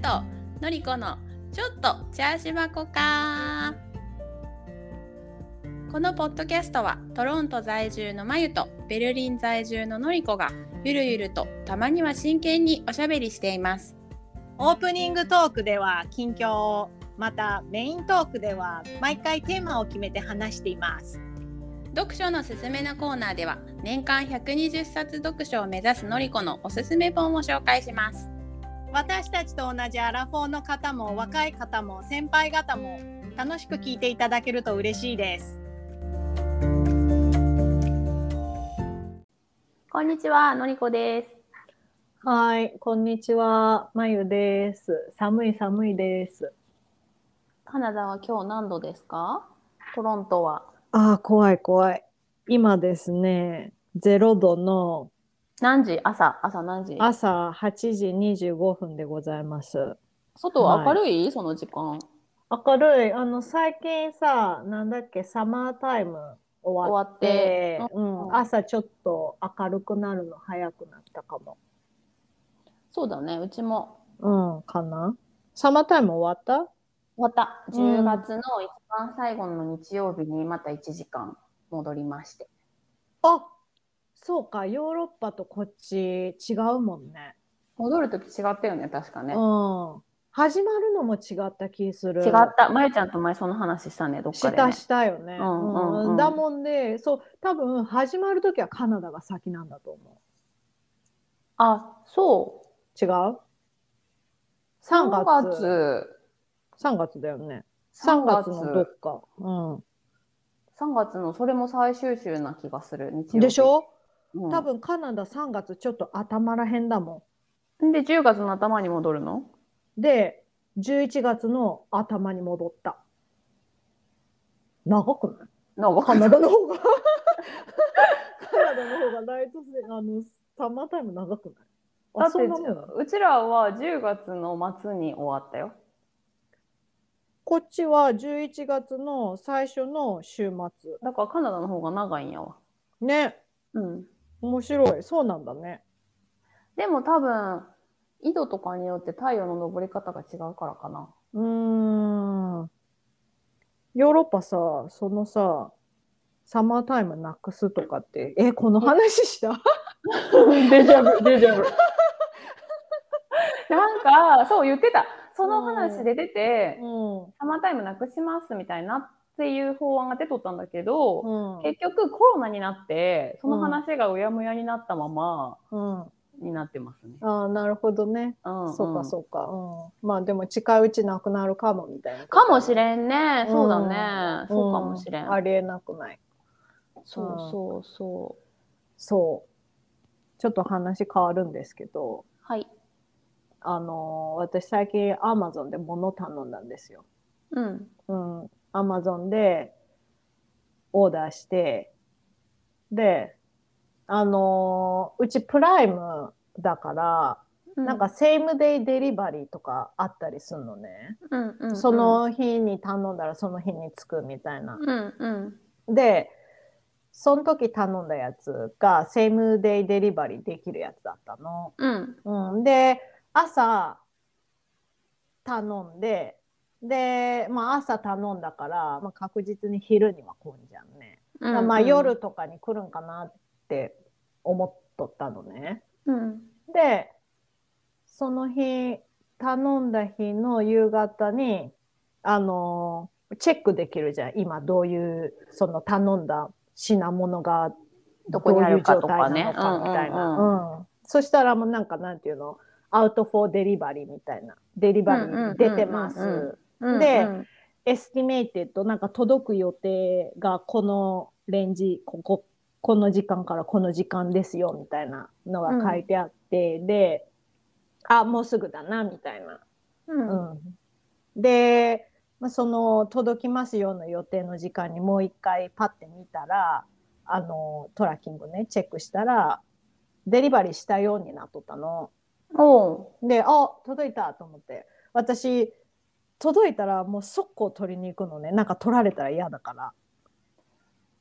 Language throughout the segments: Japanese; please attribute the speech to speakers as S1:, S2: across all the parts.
S1: とのりこのちょっとチャーシュバコかこのポッドキャストはトロント在住のまゆとベルリン在住ののりこがゆるゆるとたまには真剣におしゃべりしています
S2: オープニングトークでは近況をまたメイントークでは毎回テーマを決めて話しています
S1: 読書のすすめのコーナーでは年間120冊読書を目指すのりこのおすすめ本を紹介します
S2: 私たちと同じアラフォーの方も若い方も先輩方も楽しく聞いていただけると嬉しいです
S1: こんにちはのりこです
S3: はい、こんにちは、まゆです。寒い寒いです。
S1: カナダは今日何度ですかトロントは
S3: ああ、怖い怖い。今ですね、0度の
S1: 何時朝朝何時
S3: 朝8時25分でございます。
S1: 外は明るい、その時間
S3: 明るい、あの、最近さ、なんだっけ、サマータイム終わっ
S1: 終
S3: て、
S1: わって
S3: うん、朝ちょっと明るくなるの早くなったかも。
S1: そうだねうちも
S3: うん、かな。サマータイム終わった
S1: また
S3: う
S1: 10
S3: ん
S1: 月の一番最後の日曜日にまた1時間戻りまして、
S3: あそうか、ヨーロッパとこっち違うもんね。
S1: 戻るとき違ったよね確かね、
S3: うん。始まるのも違った気する。
S1: 違ったまゆちゃんと前その話したねどっか
S3: し
S1: で、
S3: た
S1: ね、
S3: したよね。
S1: うんうんうん
S3: うんだもんで、そう、多分始まるときはカナダが先なんだと思
S1: あそう
S3: う。違う
S1: 3
S3: ?3 月。
S1: 月
S3: 3月だよね。
S1: 3
S3: 3
S1: 月
S3: 月のどっか。う
S1: 3月のそれも最終週な気がする日曜日
S3: ん。でし、ょ、
S1: うん
S3: 多分カナダ3月ちょっと頭らへんだも
S1: で10月の頭に戻るの
S3: ん。で、11月の頭に戻った。長くない
S1: なんかわか
S3: カ
S1: んな
S3: ナ
S1: い
S3: ダの方がカナダの方がライト線あのサマータイム長くないあ
S1: だって
S3: そんなもん
S1: うちらは10月の末に終わったよ
S3: こっちは11月の最初の週末
S1: だからカナダの方が長いんやわ
S3: ね
S1: うん
S3: 面白いそうなんだね
S1: でも多分、緯度とかによって太陽の昇り方が違うからかな。
S3: うーんヨーロッパさそのさサマータイムなくすとかってえこの話した
S1: デジャブ、デジャブ。なんか、そう言ってた。その話で出て、
S3: ん、
S1: サマータイムなくしますみたいなっていう法案が出とったんだけど、
S3: うん
S1: 結局コロナになって、その話がうやむやになったまま
S3: うん、あ
S1: になってますね。
S3: あなるほどね
S1: うんうん
S3: そうかそうか、うん、まあでも近いうちなくなるかもみたいな
S1: かも
S3: れ
S1: しれんね。そうだね。そうかもしれん。
S3: ありえなくない
S1: そうそうそう。
S3: そうちょっと話変わるんですけど
S1: はい。
S3: あのー私最近アマゾンで物頼んだんですよ
S1: うん。
S3: うんアマゾンでオーダーしてであのーうちプライムだから、なんか、セイムデイデリバリーとかあったりするのね、
S1: うんうんうん
S3: そ、の日に頼んだらその日に着くみたいな。
S1: うんうん。
S3: で、その時頼んだやつがセームデイデリバリーできるやつだったの。
S1: うん。
S3: うん、で、朝頼んで、で、まあ朝頼んだから、まあ、確実に昼には来んじゃんね。だからまあ夜とかに来るんかなって思っとったのね。
S1: うん。
S3: で、その日、頼んだ日の夕方に、あのーチェックできるじゃん。今どういう、その頼んだ品物が
S1: どこにあるかとかね
S3: どういう状態なのかみたいな。
S1: う
S3: うんん
S1: う
S3: そしたらもうなんかなんていうの、アウトフォーデリバリーみたいな。デリバリー出てま
S1: うんうんうんうん
S3: す。
S1: うん
S3: で
S1: うん
S3: エスティメイテッド、なんか届く予定がこのレンジ、ここ、この時間からこの時間ですよ、みたいなのが書いてあって、で、あ、もうすぐだな、みたいな。
S1: うん
S3: うん、で、まあ、その届きますよの予定の時間にもう一回パッて見たらあのトラッキングねチェックしたらデリバリーしたようになっとったの。
S1: おう
S3: であ届いたと思って私届いたらもう速攻取りに行くのねなんか取られたら嫌だから。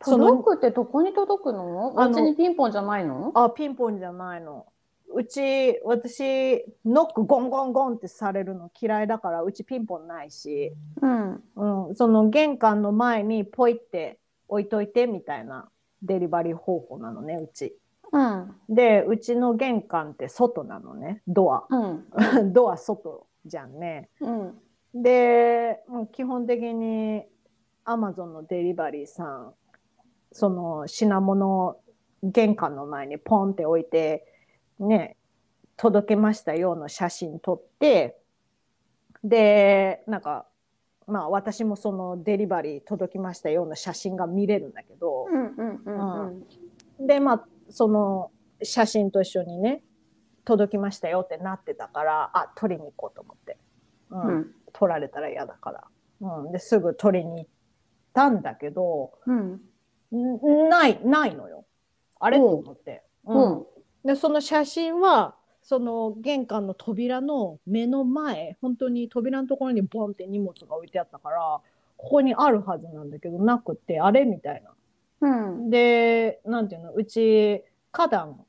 S3: その
S1: 届くってどこに届くの
S3: あ
S1: お
S3: の
S1: 家にピンポンじゃないの
S3: あピンポンじゃないの。うち、私、ノックゴンゴンゴンってされるの嫌いだから、うちピンポンないし、
S1: うん。
S3: うん、その玄関の前にポイって置いといてみたいなデリバリー方法なのね、うち。
S1: うん。
S3: で、うちの玄関って外なのね、ドア。
S1: うん。
S3: ドア外じゃんね。
S1: うん。
S3: で、もう基本的に Amazon のデリバリーさん、その品物玄関の前にポンって置いて、ね、届けましたような写真撮って、で、なんか、まあ私もそのデリバリー届きましたような写真が見れるんだけど、
S1: うん。うん。うん。
S3: で、まあその写真と一緒にね、届きましたよってなってたから、あ、撮りに行こうと思って。
S1: う
S3: うん
S1: ん。
S3: 取られたら嫌だから。うん、ですぐ取りに行ったんだけど、
S1: うん。
S3: んない、ないのよ。あれ
S1: うん
S3: と思って。うんで、その写真は、その玄関の扉の目の前、本当に扉のところにボンって荷物が置いてあったから、ここにあるはずなんだけど、なくて、あれみたいな。
S1: うん。
S3: で、なんていうの、うち、花壇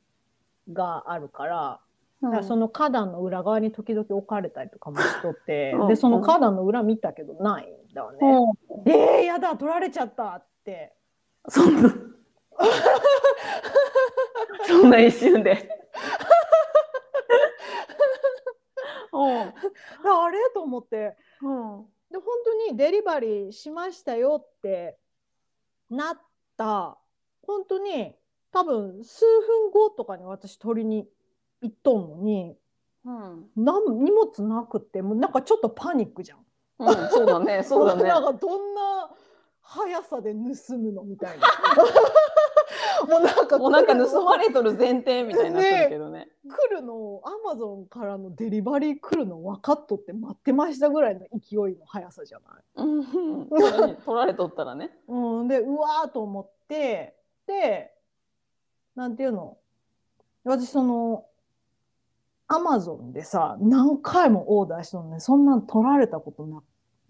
S3: があるから、だからその花壇の裏側に時々置かれたりとかもしとって、
S1: うん
S3: でその花壇の裏見たけどないんだよね。えー、やだ取られちゃったって
S1: そん な。そんな一瞬で。うん。
S3: ああれと思って
S1: うん。
S3: で本当にデリバリーしましたよってなった本当に多分数分後とかに私取りに行っとんのに
S1: うん。
S3: なん荷物なくってもうなんかちょっとパニックじゃん。
S1: うん、そうだね、そうだね。
S3: なんかどんな速さで盗むのみた いな。もうなんか
S1: もうなんか
S3: 来るの
S1: 盗まれとる前提みたいになってるけどね。
S3: 来るのをアマゾンからのデリバリー来るの分かっとって待ってましたぐらいの勢いの速さじゃな
S1: う
S3: い。
S1: んうん取られとったらね。
S3: うん、でうわーと思ってでなんていうの私そのアマゾンでさ何回もオーダーしたのねそんなん取られたことな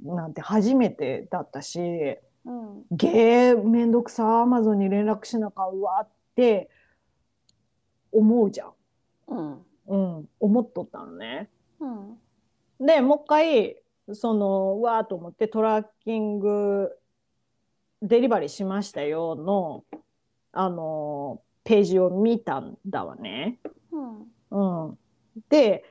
S3: なんて初めてだったし
S1: うん。
S3: げーめんどくさアマゾンに連絡しなかうわーって思うじゃん、
S1: うん。
S3: うん、思っとったのね。
S1: うん。
S3: でもう一回そのうわーと思ってトラッキングデリバリーしましたよのあのページを見たんだわね。
S1: うん。
S3: うん、で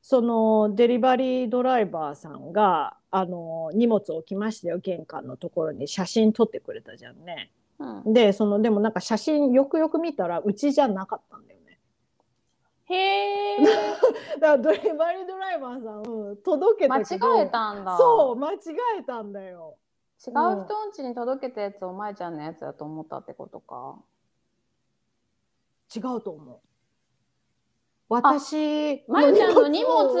S3: そのデリバリードライバーさんがあの荷物置きましたよ玄関のところに写真撮ってくれたじゃんね。
S1: うん。
S3: でそのでもなんか写真よくよく見たらうちじゃなかったんだよね。
S1: へえ。
S3: だからデリバリードライバーさん、うん、届け
S1: 間
S3: た
S1: 違
S3: けど
S1: えたんだ。
S3: そう間違えたんだよ。
S1: 違う人ん家に届けたやつをまえちゃんのやつだと思ったってことか。
S3: 違うと思う。私、
S1: まゆちゃんの荷物を違う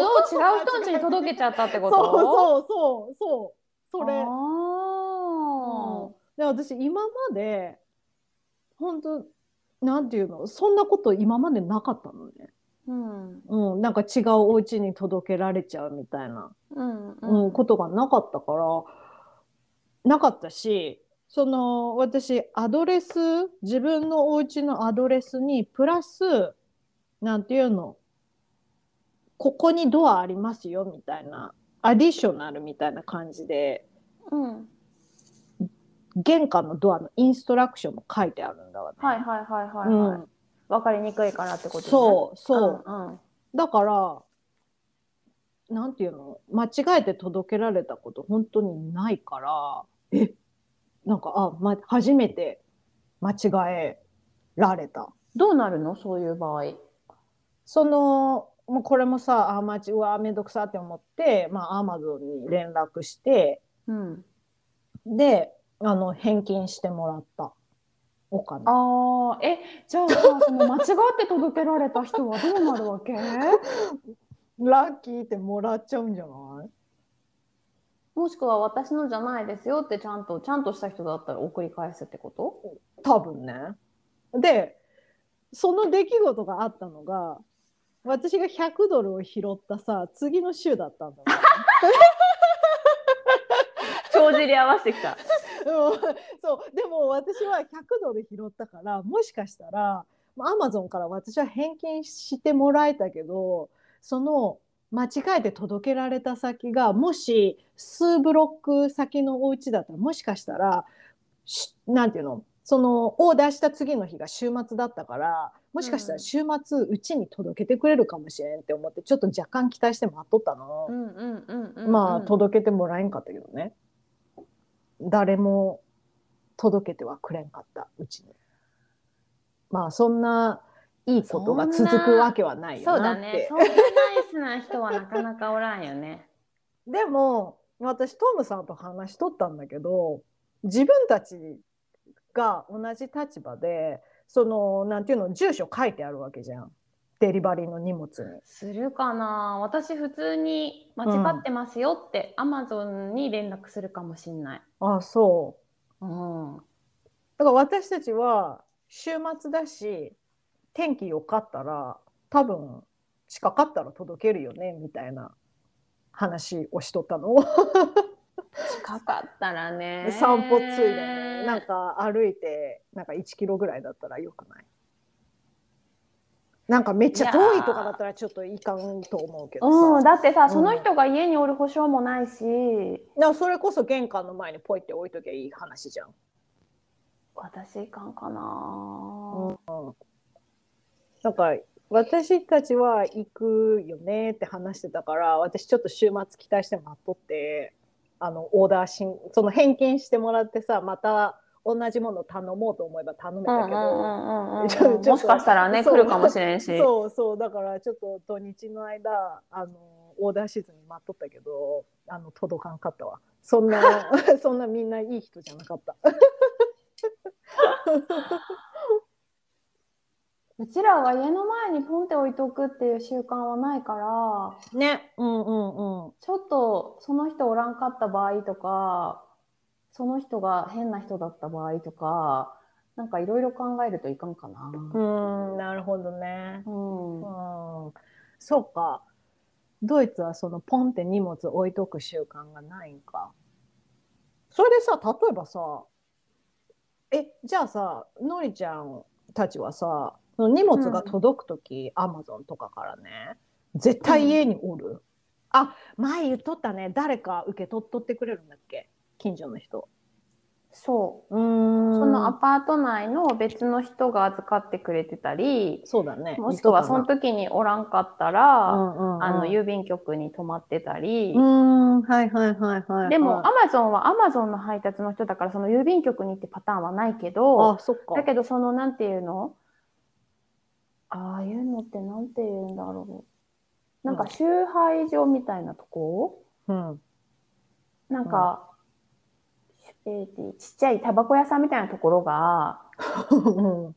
S1: 人ん
S3: ん
S1: 家に届けちゃったって
S3: そ
S1: こ
S3: う
S1: と
S3: そうそうそう。そ
S1: あ
S3: れ。
S1: ー
S3: で私今まで本当なんていうのそんなこと今までなかったのね。
S1: うん。
S3: うんなんか違うお家に届けられちゃうみたいな、
S1: うん。
S3: うん
S1: うん。
S3: ことがなかったからなかったし。その私アドレス自分のお家のアドレスにプラスなんていうのここにドアありますよみたいなアディショナルみたいな感じで
S1: うん。
S3: 玄関のドアのインストラクションも書いてあるんだわね。
S1: はいはいはいはいうはい。
S3: ん
S1: わ、かりにくいからってことね。
S3: そう
S1: う
S3: そう、
S1: んうん。
S3: だからなんていうの間違えて届けられたこと本当にないからえなんかあ、ま、初めて間違えられた。
S1: どうなるのそういう場合。
S3: そのもうこれもさあまちうわめんどくさって思ってまあアマゾンに連絡して
S1: うん。
S3: であの返金してもらったお金
S1: ああ、え、じゃあさ、その間違って届けられた人はどうなるわ け
S3: ラッキーってもらっちゃうんじゃない
S1: もしくは私のじゃないですよってちゃんと、ちゃんとした人だったら送り返すってこと
S3: 多分ねでその出来事があったのが私が100ドルを拾ったさ次の週だったんだ
S1: 帳尻合わせてきた。
S3: うんそうでも私は100ドル拾ったからもしかしたらアマゾンから私は返金してもらえたけどその間違えて届けられた先がもし数ブロック先のお家だったらもしかしたらしなんていうのそのオーダーした次の日が週末だったからもしかしたら週末うちに届けてくれるかもしれんって思ってちょっと若干期待して待っとったの、
S1: うんうんうんうんうん
S3: まあ届けてもらえんかったけどね誰も届けてはくれんかったうちにまあそんないいことが続くわけはない
S1: そ
S3: よ
S1: うだ
S3: なって
S1: ね。そんなナイスな人はなかなかおらんよね。
S3: でも私トムさんと話しとったんだけど自分たちが同じ立場でそのなんていうの住所書いてあるわけじゃんデリバリーの荷物に。
S1: するかな私普通に間違ってますよって、アマゾンに連絡するかもしんない。
S3: あそう
S1: うん。
S3: だから私たちは週末だし天気良かったら多分近かったら届けるよねみたいな話をしとったのを、。
S1: 近かったらね
S3: 散歩ついでなんか歩いてなんか1キロぐらいだったらよくないなんかめっちゃ遠いとかだったらちょっといかんと思うけど
S1: うん、
S3: さ
S1: だってさ、
S3: ん
S1: その人が家におる保証もないし、
S3: なそれこそ玄関の前にポイって置いときゃいい話じゃん。
S1: 私いかんかな、
S3: なんか私たちは行くよねって話してたから私ちょっと週末期待して待っとってあのオーダーしんその返金してもらってさまた同じもの頼もうと思えば頼め
S1: うんうん
S3: た
S1: う
S3: けど、
S1: んうんうん
S3: ちょちょっと
S1: もしかしたらね
S3: そう
S1: 来るかもしれんし
S3: そうそうだからちょっと土日の間あのオーダーシーズンに待っとったけどあの届かんかったわそんな そんなみんないい人じゃなかった
S1: うちらは家の前にポンって置いとくっていう習慣はないから
S3: ねうんうんうん
S1: ちょっとその人おらんかった場合とかその人が変な人だった場合とかなんかいろいろ考えるといかんかな
S3: うんなるほどね
S1: うん、
S3: うんそうか。ドイツはそのポンって荷物置いとく習慣がないんか。それでさ、例えばさ、え、じゃあさ、のりちゃんたちはさ、その荷物が届くとき、アマゾンとかからね、絶対家におる。あ、前言っとったね。誰か受け取っとってくれるんだっけ近所の人。
S1: そう
S3: うーん。
S1: そのアパート内の別の人が預かってくれてたり
S3: そうだね。
S1: もしくはその時におらんかったら、あ
S3: あ
S1: の郵便局に泊まってたり
S3: う、ん、はいはいはいはい。
S1: でも、アマゾンはアマゾンの配達の人だからその郵便局にってパターンはないけど
S3: あ、そっか。
S1: だけどそのなんていうのああいうのってなんて言うんだろうなんか集配所みたいなとこ
S3: うん。
S1: なんか、えーちっちゃいタバコ屋さんみたいなところが
S3: うん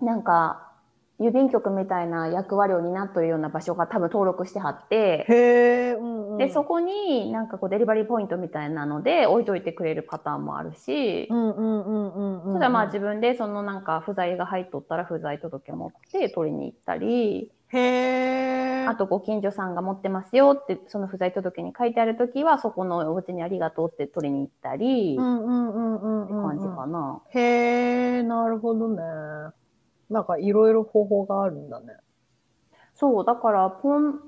S1: なんか郵便局みたいな役割を担っているような場所が多分登録してはって。
S3: へえ、うんうん。
S1: で、そこになんかこうデリバリーポイントみたいなので置いといてくれるパターンもあるし、
S3: うんうんうんうんうん。
S1: ただまあ自分でそのなんか不在が入っとったら不在届持って取りに行ったり、
S3: へえ。
S1: あとご近所さんが持ってますよってその不在届に書いてあるときはそこのお家にありがとうって取りに行ったり、
S3: う
S1: っ
S3: んうんうんうん
S1: て
S3: うんうん。
S1: 感じかな。
S3: へえ、なるほどね。なんかいろいろ方法があるんだね。
S1: そう、だからポン、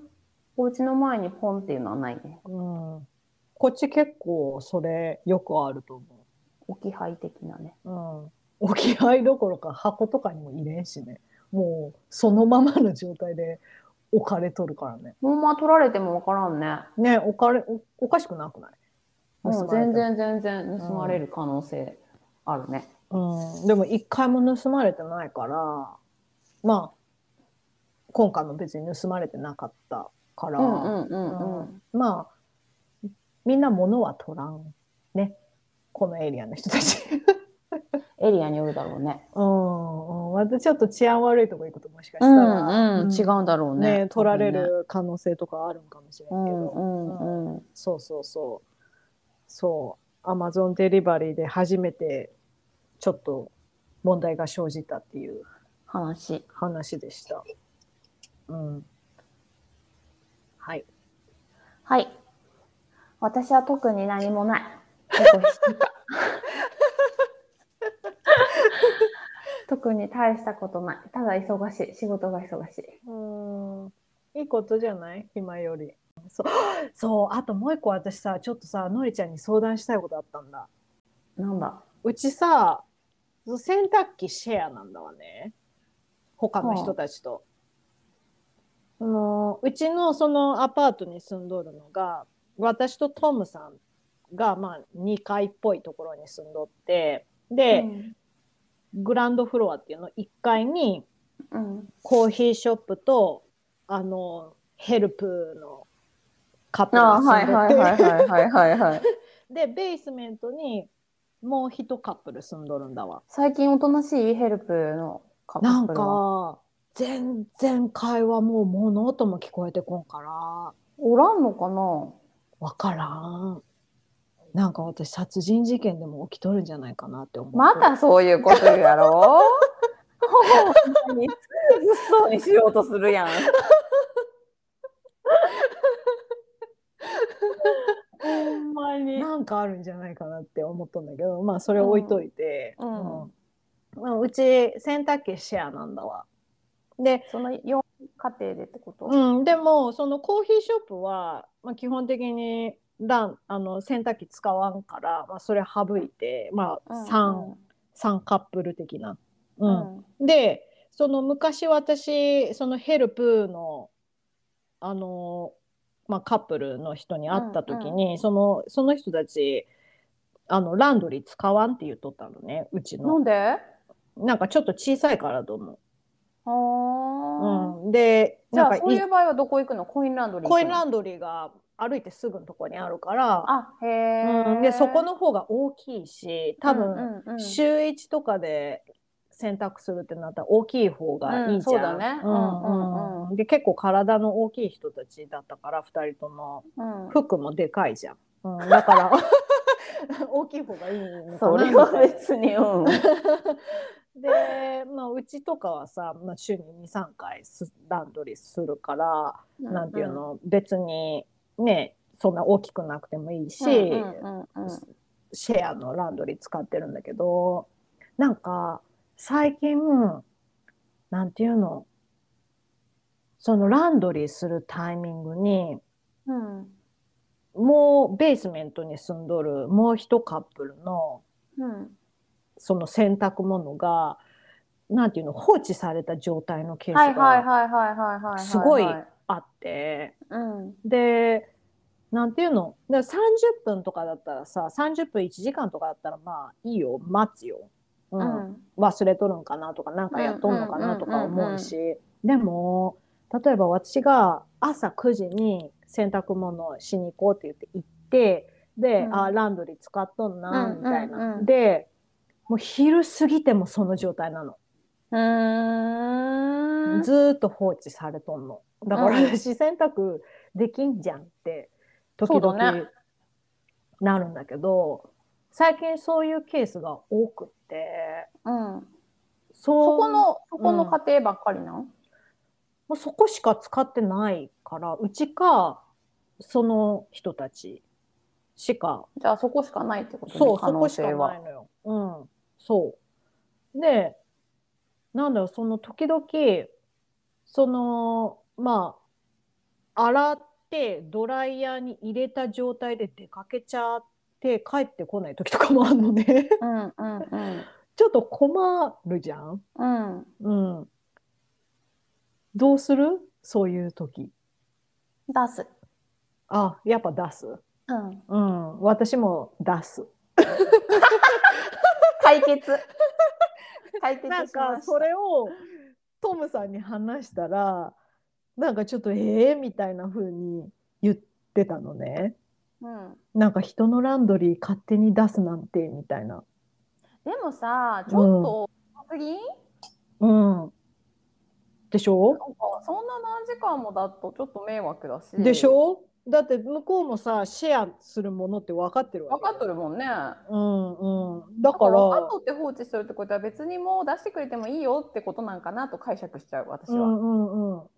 S1: お家の前にポンっていうのはないね。
S3: うん。こっち結構それよくあると
S1: 置き配的なね。
S3: 思う。うん。置き配どころか箱とかにも入れんしね。もうそのままの状態で置かれとるからね。
S1: ほんま取られてもわからんね。
S3: ね、置かれ、おおかしくなくない
S1: も
S3: 盗
S1: う
S3: まれて
S1: 全
S3: も
S1: 然全然盗まれる可能性あるね。
S3: うん、でも一回も盗まれてないからまあ今回も別に盗まれてなかったから、
S1: うんうんうんうん。
S3: まあみんな物は取らんねこのエリアの人た ち
S1: エリアによるだろうね。
S3: うん、うん、私ちょっと治安悪いとこ行くともしか
S1: う
S3: した
S1: ん
S3: ら、
S1: うん、違うんだろうね。
S3: ね取られ。る可能性とかあるんかもしれ
S1: うん
S3: けど、
S1: んうんうん。
S3: そうそうそう。そう。アマゾンデリバリーで初めてちょっと問題が生じたっていう
S1: 話。
S3: 話でした。うん。はい。
S1: はい。私は特に何も ない。特特に大したことない。ただ忙しい。仕事が忙しい。
S3: うんいいことじゃない暇より。そう、 そう、あともう一個私さ、ちょっとさ、のりちゃんに相談したいことあったんだ。
S1: なんだ
S3: うちさ、洗濯機シェアなんだわね。他の人たちと。そのうちのそのアパートに住んどるのが、私とトムさんが、まあ、2階っぽいところに住んどって、で、グランドフロアっていうの1階に、
S1: うん。
S3: コーヒーショップと、あの、ヘルプのカップ
S1: あ
S3: が
S1: あ、はい
S3: 住
S1: は
S3: ん
S1: い
S3: でて
S1: はいはいはいはいはい。
S3: で、ベースメントにもう一カップル住んどるんだわ。
S1: 最近おとなしいヘルプのカ
S3: な
S1: ッ
S3: ん
S1: プルは
S3: か、全然会話もう物音も聞こえてこんから、
S1: おらんのかな
S3: わからん。なんか私殺人事件でも起きとるんじゃないかなって思う。
S1: またそういうこと言うやろほんまに、つそうにしようとするやん。
S3: ほんまに。なんかあるんじゃないかなって思ったんだけど、まあそれ置いといて。
S1: うん
S3: うまあうち洗濯機シェアなんだわ。で、
S1: その4家庭でってこと、
S3: うん、でもそのコーヒーショップは、まあ、基本的にランあの洗濯機使わんから、まあ、それ省いて、まあ、3,、三カップル的な。
S1: う
S3: うん
S1: ん。
S3: でその昔私そのヘルプのあの、まあ、カップルの人に会った時に、そのその人たちあのランドリー使わんって言っとったのねうち
S1: な
S3: の
S1: んであ
S3: なんかちょっと小さいからと思う、
S1: あ、
S3: うん、で
S1: じゃ
S3: な
S1: あ
S3: んか
S1: そういう場合はどこ行くのコインランドリー行
S3: コ
S1: く
S3: イ
S1: の
S3: ンランドリーが歩いてすぐのとこにあるから、
S1: あへえ、
S3: うんでそこの方が大きいし多分
S1: うんうんうん
S3: 週1とかで選択するってなったら大きい方がいい
S1: うんそ
S3: じゃん、
S1: うだね
S3: うん
S1: うんうん
S3: うんで結構体の大きい人たちだったから2人とも
S1: うん
S3: 服もでかいじゃん、うんだから 大きい方がいいのか
S1: そ
S3: な
S1: れは別に、うん。
S3: で、まあ、うちとかはさ、まあ、週に23回すランドリーするから なんていうの、別にねそんな大きくなくてもいいし、
S1: うんうんうんうん
S3: シェアのランドリー使ってるんだけどなんか最近なんていうのそのランドリーするタイミングに
S1: うん
S3: もうベースメントに住んどるもう一カップルの
S1: うん
S3: その洗濯物がなんていうの放置された状態のケー
S1: はい
S3: ス
S1: はい
S3: が
S1: はいはいはいはいは。
S3: すごい
S1: うん。
S3: あって。で、なんていうのだから30分とかだったらさ、30分1時間とかだったらまあいいよ、待つよ。う。
S1: うんん。
S3: 忘れとるんかなとか、なんかやっとんのかなとか思うし。でも、例えば私が朝9時に洗濯物しに行こうって言って行って、で、
S1: うん
S3: あ、ランドリー使っとんな、みたいな。
S1: うんうんうん
S3: で、もう昼過ぎてもその状態なの。
S1: うーん。
S3: ずーっと放置されとんの。だから
S1: うん
S3: 私洗濯できんじゃんって、時
S1: そう
S3: 々
S1: だね
S3: なるんだけど、最近そういうケースが多くって、
S1: うん。
S3: そう
S1: そこの、そこの家庭ばっかりなん
S3: もうそこしか使ってないから、うちか、その人たちしか、
S1: じゃあそこしかないってことね
S3: そう、
S1: 可
S3: そ
S1: 能
S3: こしか
S1: 性
S3: ない
S1: は。
S3: のよ。うん、そう。で、なんだろう、その時々、その、まあ、洗って、ドライヤーに入れた状態で出かけちゃって、帰ってこない時とかもあるのね。
S1: うんうんうん。
S3: ちょっと困るじゃん。
S1: うん。
S3: うん。どうするそういう時。
S1: 出す。
S3: あ、やっぱ出す。
S1: うん。
S3: うん、私も出す。
S1: 解 決。解決しま
S3: なん
S1: した。
S3: かそれをトムさんに話したらなんかちょっとええみたいな風に言ってたのね
S1: うん。
S3: なんか人のランドリー勝手に出すなんてみたいな
S1: でもさ、ちょっと、多すぎん
S3: うんでしょ
S1: なんかそんな何時間もだとちょっと迷惑だし。
S3: でしょだって向こうもさシェアするものって分かってるわ
S1: 分
S3: け
S1: かっとるもんね。だ
S3: うんうんだか
S1: からら、後って放置するってことは別にもう出してくれてもいいよってことなんかなと解釈しちゃう、私
S3: う
S1: は。
S3: んうんうん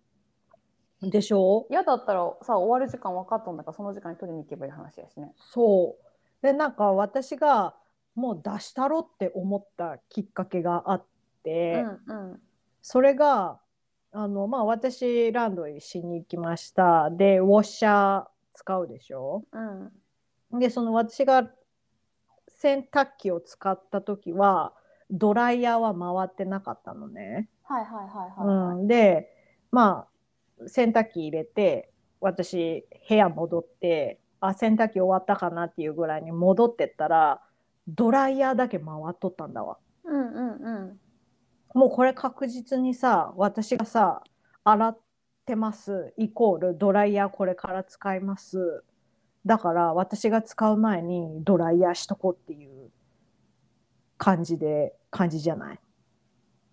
S3: でしょ
S1: 嫌だったらさ、終わる時間分かっとんだから、その時間に取りに行けばいい話やしね。
S3: そう。で、なんか私がもう出したろって思ったきっかけがあっって、
S4: うんうん
S3: それがあの、まあ、私ランドリーしに行きましたでウォッシャー使うでしょ
S4: うん
S3: でその私が洗濯機を使った時はドライヤーは回ってなかったのね、
S1: はいはいはいは
S3: うん、でまあ洗濯機入れて私部屋戻ってあ洗濯機終わったかなっていうぐらいに戻ってったらドライヤーだけ回っとったんだわ。
S4: うんうんうん
S3: もうこれ確実にさ私がさ洗ってますイコールドライヤーこれから使いますだから私が使う前にドライヤーしとこうっていう感じで感じじゃない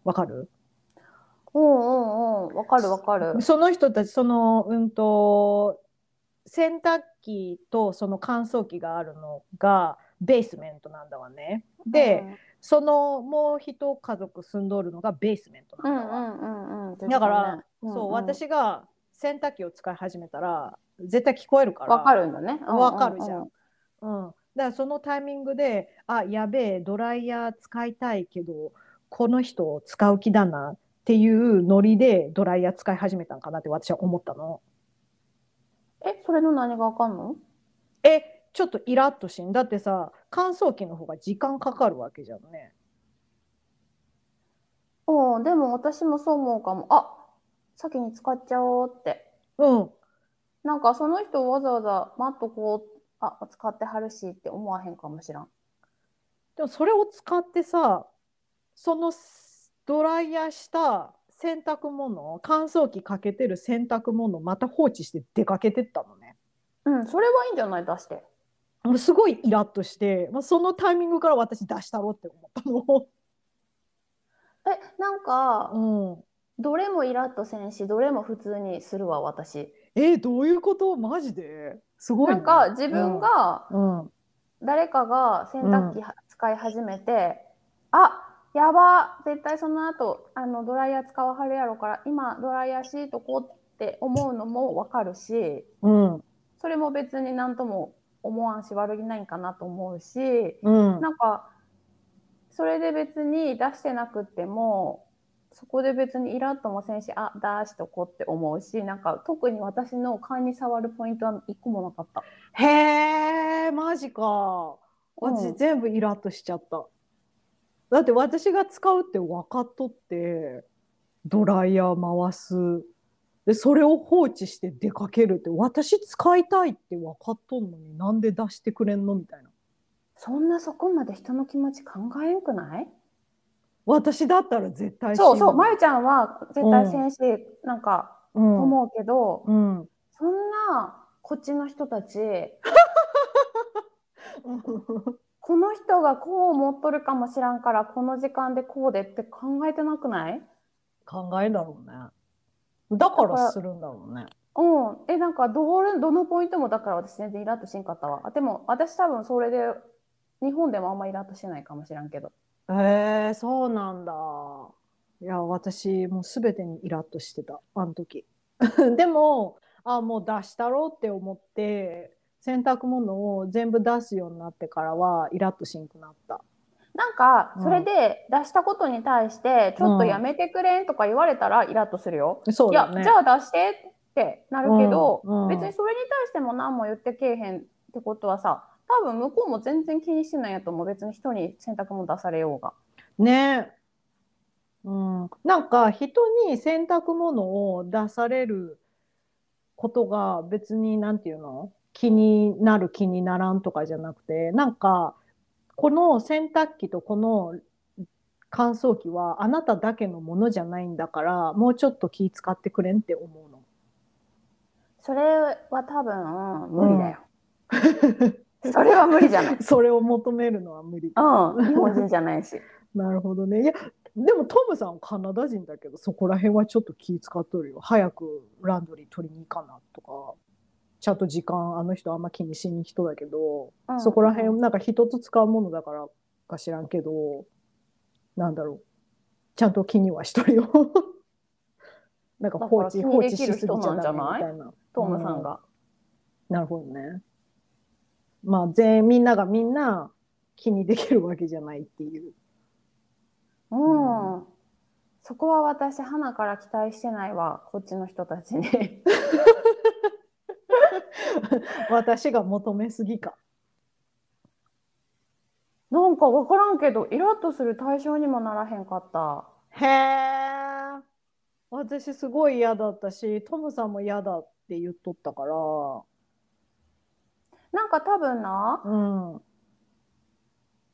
S3: わかる
S1: うんうんうんわかるわかる
S3: その人たちそのうんと洗濯機とその乾燥機があるのがベースメントなんだわねで、そのもう一家族住んどるのがベースメント
S1: う
S3: なんん
S1: う
S3: だわ、
S1: んうんうん
S3: だから、
S1: んん
S3: そう、私が洗濯機を使い始めたら絶対聞こえるから
S1: わかるんだね
S3: わかるじゃん,、うんだからそのタイミングであやべえドライヤー使いたいけどこの人を使う気だなっていうノリでドライヤー使い始めたんかなって私は思ったの
S1: えそれの何がわかんの
S3: えちょっとイラッとしんだってさ乾燥機の方が時間かかるわけじゃんね
S1: うんでも私もそう思うかもあ先に使っちゃおうって
S3: うん
S1: なんかその人わざわざ待っとこうあ使ってはるしって思わへんかもしらん
S3: でもそれを使ってさそのドライヤーした洗濯物乾燥機かけてる洗濯物また放置して出かけてったのね。
S1: うんそれはいいんじゃない出して
S3: もうすごいイラッとして、まあ、そのタイミングから私出したろって思っ
S1: えなん
S3: た
S1: か、
S3: の。
S1: どれもイラッとせんしどれも普通にするわ私
S3: うん、えどういうことマジですごい、
S1: な
S3: ね。
S1: んか自分が、
S3: うん、うん
S1: 誰かが洗濯機は使い始めて、あやば絶対その後あのドライヤー使わはるやろから今ドライヤーしいとこって思うのもわかるし
S3: うん
S1: それも別になんとも思わんし悪気ないんかなと思うし
S3: うん
S1: なんかそれで別に出してなくってもそこで別にイラッともせんしあ出しとこって思うしなんか特に私の勘に触るポイントは一個もなかった。
S3: へえマジか。私、
S1: うん
S3: 全部イラッとしちゃった。だって私が使うって分かっとってドライヤー回すでそれを放置して出かけるって私使いたいって分かっとんのになんで出してくれんのみたいな
S1: そんなそこまで人の気持ち考えんくない
S3: 私だったら絶対
S1: そうそう、ま
S3: 前
S1: ゆちゃんは絶対戦士、なんか
S3: うん
S1: 思うけど、
S3: うんうん
S1: そん なこっちの人たち、この人がこう思っとるかもしらんから、この時間でこうでって考えてなくない
S3: 考えだろうねだからするんだろうね
S1: うん。え、なんかどれ、どのポイントもだから私全然イラッとしんかったわ。あでも私多分それで、日本でもあんまイラッとしないかもしらんけど。
S3: へえそうなんだ。いや、私、もうすべてにイラッとしてた、あの時。 でも、あ、もう出したろうって思って、洗濯物を全部出すようになってからは、イラッとしんくなった。
S1: なんか
S3: う、ん
S1: それで出したことに対して、ちょっとやめてくれんとか言われたらイラッとするよ。
S3: そう
S1: い
S3: だ
S1: や、
S3: ね。
S1: じゃあ出してってなるけど、
S3: うんうん
S1: 別にそれに対しても何も言ってけえへんってことはさ、多分向こうも全然気にしてないやと思う。別に人に洗濯も出されようが。
S3: ね。うん。なんか、人に洗濯物を出されることが別に、なんていうの気になる気にならんとかじゃなくて、なんか、この洗濯機とこの乾燥機はあなただけのものじゃないんだから、もうちょっと気使ってくれんって思うの。
S1: それは多分無理だよ。それは無理じゃない。
S3: それを求めるのは無理。
S1: うん、日本人じゃないし。
S3: なるほどね。いや、でもトムさんはカナダ人だけど、そこら辺はちょっと気使っとるよ。早くランドリー取りに行かなとか、ちゃんと時間、あの人あんま気にしに人だけど、
S1: うん
S3: そこら辺、なんか人と使うものだからか知らんけど、なんだろう。ちゃんと気にはしとるよ。 なんか放
S1: だから
S3: 置、放
S1: 気に
S3: 置
S1: で
S3: し
S1: き
S3: すぎ
S1: る
S3: ちゃ
S1: 人なんじ
S3: ダ
S1: ゃ
S3: メみ
S1: ない
S3: たいな。
S1: トムさんが。
S3: なるほどね。まあ、全員、みんながみんな気にできるわけじゃないっていう。
S1: うん。そこは私、花から期待してないわ、こっちの人たち に。
S3: 私が求めすぎか。
S1: なんか分からんけど、イラッとする対象にもならへんかった。
S3: へえ。私すごい嫌だったし、トムさんも嫌だって言っとったから。
S1: なんか多分な、
S3: うん。う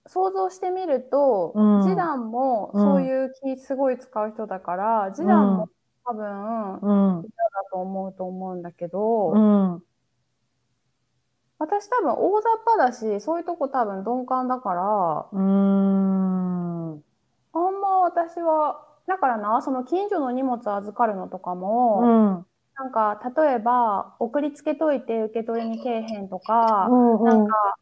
S1: 想像してみると、
S3: うん
S1: ジダンもそういう気すごい使う人だから、ジダンも多分だ
S3: ん。
S1: と思うと思うんだけど、
S3: うん。
S1: 私多分大雑把だし、そういうとこ多分鈍感だから、
S3: うーん。うん。
S1: あんま私は、だからな、その近所の荷物預かるのとかも、なんか例えば送りつけといて受け取りに来えへんとか、なんか、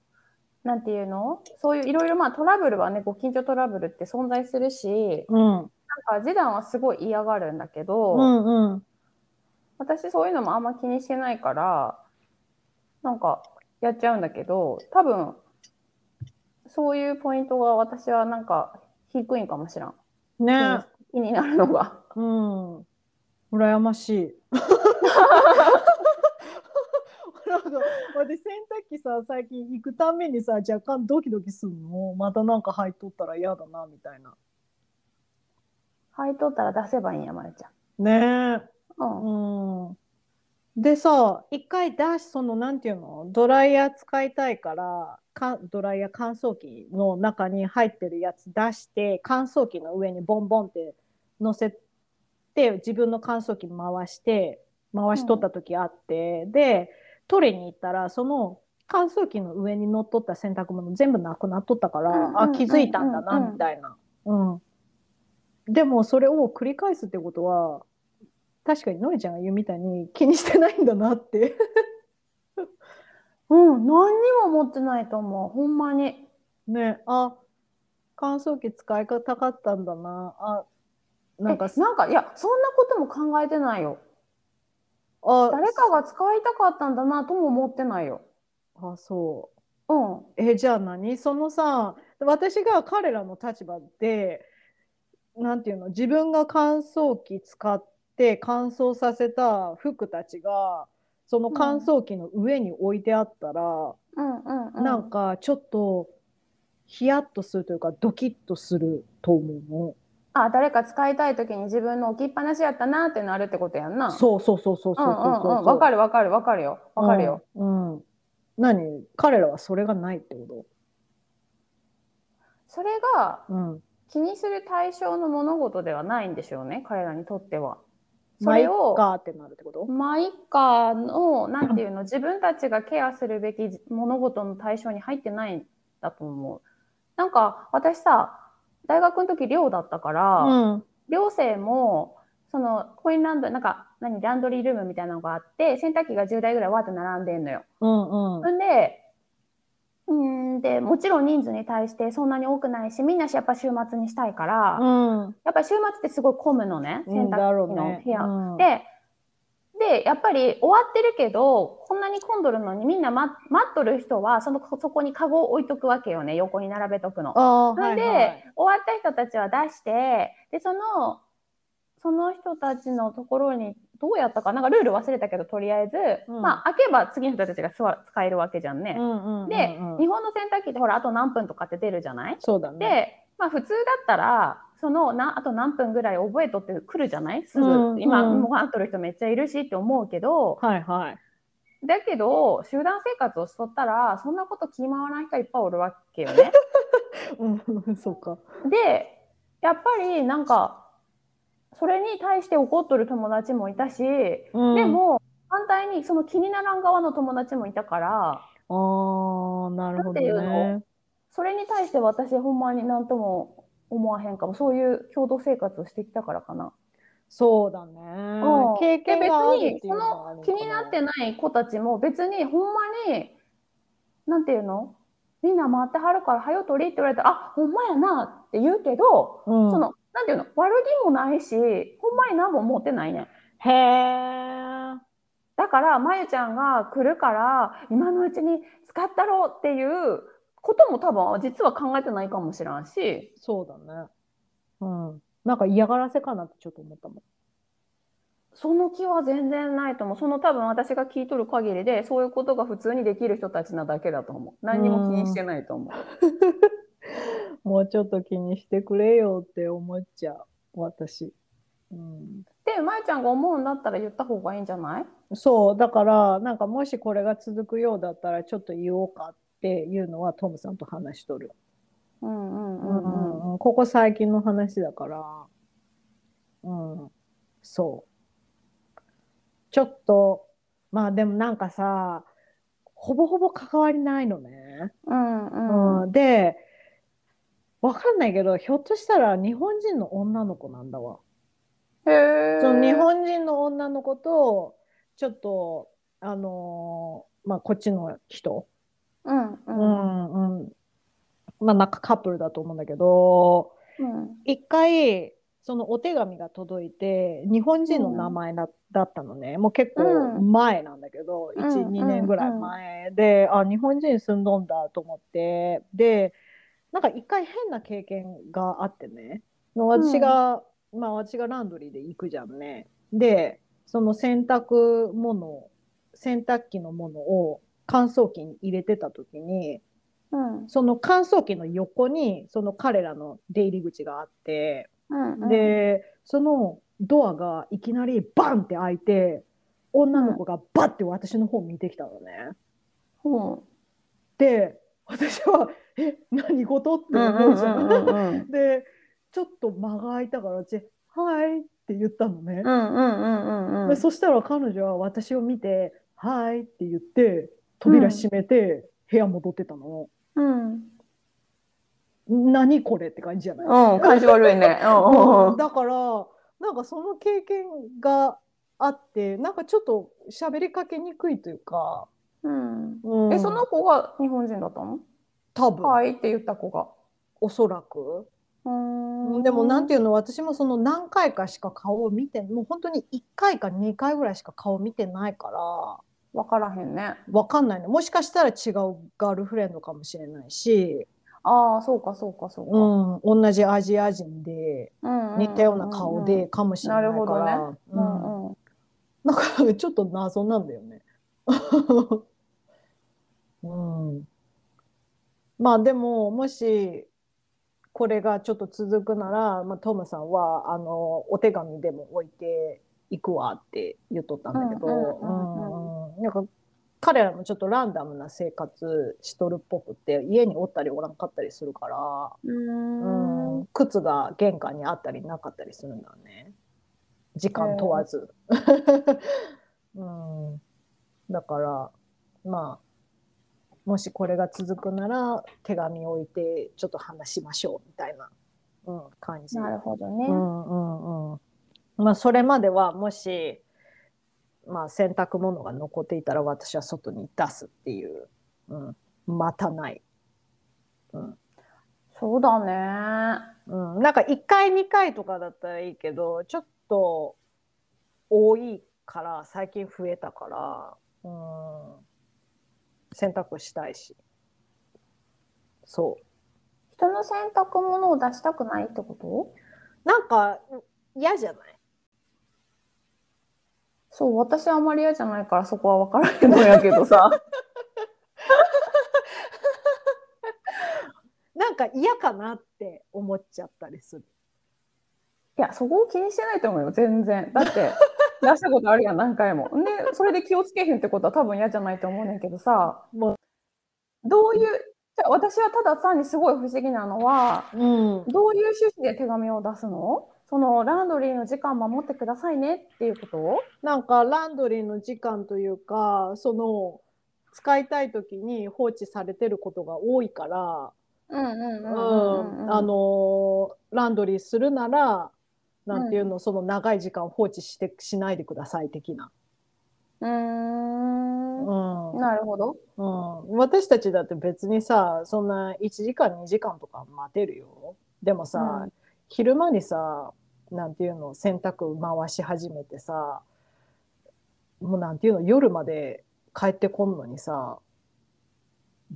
S1: なんていうのそういういろいろまあトラブルはね、ご近所トラブルって存在するし、
S3: うん。
S1: なんか示談はすごい嫌がるんだけど、
S3: うん。うん。
S1: 私そういうのもあんま気にしてないから、なんかやっちゃうんだけど、多分、そういうポイントが私はなんか低いんかもしらん。
S3: ね。
S1: 気になるのが。
S3: うん。羨ましい。なんか私洗濯機さ最近行くためにさ若干ドキドキするのまたなんか入っとったら嫌だなみたいな
S1: 履いとったら出せばいいんや、まるちゃん。
S3: ねえ
S1: うん。
S3: うんでさ一回出しそのなんていうのドライヤー使いたいからかドライヤー乾燥機の中に入ってるやつ出して乾燥機の上にボンボンって乗せて自分の乾燥機回して回しとった時あって、で取りに行ったらその乾燥機の上に乗っとった洗濯物全部なくなっとったから、
S1: うんうんうん
S3: あ気づいたんだ
S1: う
S3: なん
S1: うん
S3: みたいな。うんでもそれを繰り返すってことは確かにノエちゃんが言うみたいに気にしてないんだなって
S1: うん、何にも持ってないと思う。ほんまに。
S3: ねあ乾燥機使い方かったんだなあなんか
S1: えなんか、いや、そんなことも考えてないよ。
S3: あ
S1: 誰かが使いたかったんだなとも思ってないよ。
S3: あそう
S1: うん。
S3: えじゃあ何そのさ私が彼らの立場でなんていうの自分が乾燥機使って乾燥させた服たちがその乾燥機の上に置いてあったら、
S1: うんうんう
S3: なんかちょっとヒヤッとするというかドキッとすると思
S1: あ、誰か使いたい時に自分の置きっぱなしやったなってなるってことやん
S3: う
S1: な。
S3: の。そうそうそうそうそううそ
S1: ん
S3: う
S1: う
S3: そうん
S1: うん。わかるわかるわかるよ。わかるよ。
S3: うん。うん何彼らはそれがないってこ
S1: それが
S3: とうん。
S1: 気にする対象の物事ではないんでしょうね。彼らにとっては。それを
S3: マイカーってなるってこと
S1: マイカーの、なんていうの、自分たちがケアするべき物事の対象に入ってないんだと思う。なんか、私さ、大学の時寮だったから、
S3: うん。
S1: 寮生も、その、コインランドリー、なんか、何、ランドリールームみたいなのがあって、洗濯機が10台ぐらいわーって並んでんのよ。
S3: うんうん。
S1: んで、うーんで、もちろん人数に対してそんなに多くないし、みんなしやっぱ週末にしたいから、
S3: うん。
S1: やっぱ週末ってすごい混むのね、洗
S3: うんだろ
S1: 濯
S3: う
S1: 機の
S3: ね
S1: 部屋
S3: うん
S1: で、で、やっぱり終わってるけど、こんなに混んどるのにみんな待待っとる人は、その、そこにカゴを置いとくわけよね、横に並べとくの。
S3: あー
S1: なんで、終わった人たちは出して、で、その、その人たちのところに、どうやったかななんかルール忘れたけど、とりあえず、
S3: うん
S1: まあ、開けば次の人たちが座使えるわけじゃんね。
S3: うんうん
S1: で、
S3: うんうん
S1: 日本の洗濯機ってほら、あと何分とかって出るじゃない
S3: そうだね。
S1: で、まあ普通だったら、そのな、あと何分ぐらい覚えとってくるじゃないすぐ、
S3: うん
S1: 今、
S3: うん
S1: もう待っとる人めっちゃいるしって思うけど、
S3: はいはい。
S1: だけど、集団生活をしとったら、そんなこと気回らん人いっぱいおるわけよ ね。
S3: うん、 そうか。
S1: で、やっぱりなんか、それに対して怒っとる友達もいたし、で
S3: で、
S1: も、反対にその気にならん側の友達もいたから、
S3: ああ、なるほど
S1: な
S3: ね。
S1: それに対して私ほんまになんとも思わへんかも。そういう共同生活をしてきたからかな。
S3: そうだね
S1: うん。
S3: 経験があるって
S1: で別
S3: い
S1: に
S3: う
S1: そ
S3: のはある
S1: の
S3: か
S1: 気になってない子たちも別にほんまになんていうのみんな回ってはるからはよ取りって言われたらあほんまやなって言うけど、
S3: うん
S1: そのなんていうの悪気もないしほんまに何も持ってないねん
S3: へえ。
S1: だからまゆちゃんが来るから今のうちに使ったろうっていうことも多分実は考えてないかもしらんし
S3: そうだね。うん。なんか嫌がらせかなってちょっと思ったもん。
S1: その気は全然ないと思う。その多分私が聞いとる限りで、そういうことが普通にできる人たちなだけだと思う。何にも気にしてないと思う。
S3: もうちょっと気にしてくれよって思っちゃう、私。うん、
S1: で、まゆちゃんが思うんだったら言った方がいいんじゃない
S3: そう、だから、なんかもしこれが続くようだったら、ちょっと言おうかっていうのはトムさんと話しとる。
S1: うんうん
S3: う
S1: うんうん。
S3: んうん、ここ最近の話だから、うん、そう。ちょっと、まあでもなんかさ、ほぼほぼ関わりないのね。
S1: うんうん。
S3: うん、で、わかんないけど、ひょっとしたら日本人の女の子なんだわ。
S1: へえ。
S3: その日本人の女の子と、ちょっと、あのーまあ、こっちの人、
S1: うんう。
S3: うんん、うん、まあ、なんかカップルだと思うんだけど、
S1: うん
S3: 一回、そのお手紙が届いて、日本人の名前だ,、だったのね。もう結構前なんだけど、
S1: ん
S3: 1、
S1: うん
S3: 2年ぐらい前で、あ、日本人住んどんだと思って、で、なんか一回変な経験があってね、の私が、まあ私がランドリーで行くじゃんね。で、その洗濯物、洗濯機のものを乾燥機に入れてた時に、
S1: うん
S3: その乾燥機の横に、その彼らの出入り口があって、
S1: うん。
S3: で、そのドアがいきなりバンって開いて、女の子がバッて私の方見てきたのね。
S1: ほ
S3: で、私は、え、何事って
S1: う。うんう
S3: 思
S1: ん
S3: うじゃん。
S1: うんうん。
S3: で、ちょっと間が空いたから、うち、はいって言ったのね
S1: う。んうんうんうんう
S3: で
S1: ん。
S3: そしたら彼女は私を見て、はいって言って、扉閉めて、部屋戻ってたの。
S1: うん。
S3: 何これって感じじゃない
S1: うん、感じ悪いね。うんうんうん。
S3: だからなんかその経験があってなんかちょっと喋りかけにくいというか、
S1: うん
S3: うん
S1: え、その子が日本人だったの
S3: 多分、
S1: はいって言った子が。
S3: おそらく、
S1: うーん
S3: でもなんていうの私もその何回かしか顔を見てもう本当に1回か2回ぐらいしか顔見てないから
S1: わからへんね。
S3: わかんないのもしかしたら違うガールフレンドかもしれないし、
S1: ああ、そうかそうかそう
S3: う
S1: か。
S3: ん、同じアジア人で
S1: うんうん
S3: 似たような顔で。かもしれないから、
S1: なるほどねう
S3: うんん
S1: うんうん
S3: なんか ちょっと謎なんだよね。 うん、まあでももしこれがちょっと続くなら、まあ、トムさんはあのお手紙でも置いていくわって言っとったんだけど
S1: うんうん
S3: うんうんなんか彼らもちょっとランダムな生活しとるっぽくて家におったりおらんかったりするから、
S1: う
S3: うん
S1: ん
S3: 靴が玄関にあったりなかったりするんだね時間問わず、うん、だからまあもしこれが続くなら手紙を置いてちょっと話しましょうみたいな、うん、感じ
S1: なるほどね
S3: う。んうんうんまあそれまではもし、まあ、洗濯物が残っていたら私は外に出すっていう、うん、待たない
S1: そうだね。
S3: うん、なんか1回2回とかだったらいいけどちょっと多いから最近増えたから、うん、洗濯したいしそ
S1: 人の洗濯物を出したくないってこと
S3: うなんか嫌じゃない
S1: そう、私はあまり嫌じゃないからそこはわからへんのやけどさ。
S3: なんか嫌かなって思っちゃったりする
S1: いや、そこを気にしてないと思うよ、全然。だって、出したことあるやん、何回も。で、それで気をつけへんってことは多分嫌じゃないと思うねんけどさ、
S3: も
S1: どういう、じゃあ私はただ単にすごい不思議なのは、
S3: うん
S1: どういう趣旨で手紙を出すのその、ランドリーの時間守ってくださいねっていうこと
S3: なんかランドリーの時間というかその使いたい時に放置されてることが多いから
S1: うんうん
S3: うんあ、のーランドリーするなら、なんていうの、その長い時間放置してしないでください的な。
S1: うーん。
S3: うん
S1: なるほど。
S3: うん、私たちだって別にさ、そんな1時間2時間とか待てるよ。でもさ、
S1: う
S3: 昼間にさ、なんていうの、洗濯回し始めてさ、もうなんていうの、夜まで帰ってこんのにさ、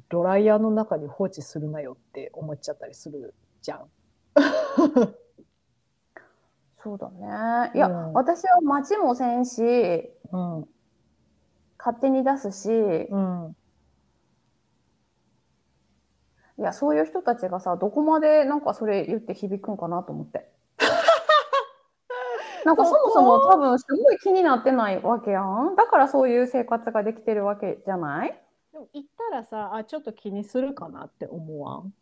S3: ドライヤーの中に放置するなよって思っちゃったりするじゃん。
S1: そうだね。いや、
S3: うん
S1: 私は待ちもせんし、
S3: うん。
S1: 勝手に出すし、
S3: うん。
S1: いや、そういう人たちがさ、どこまでなんかそれ言って響くんかなと思 って。なんかそもそも多分すごい気になってないわけやん。だからそういう生活ができてるわけじゃない
S3: でも行ったらさ、あ、ちょっと気にするかなって思わん。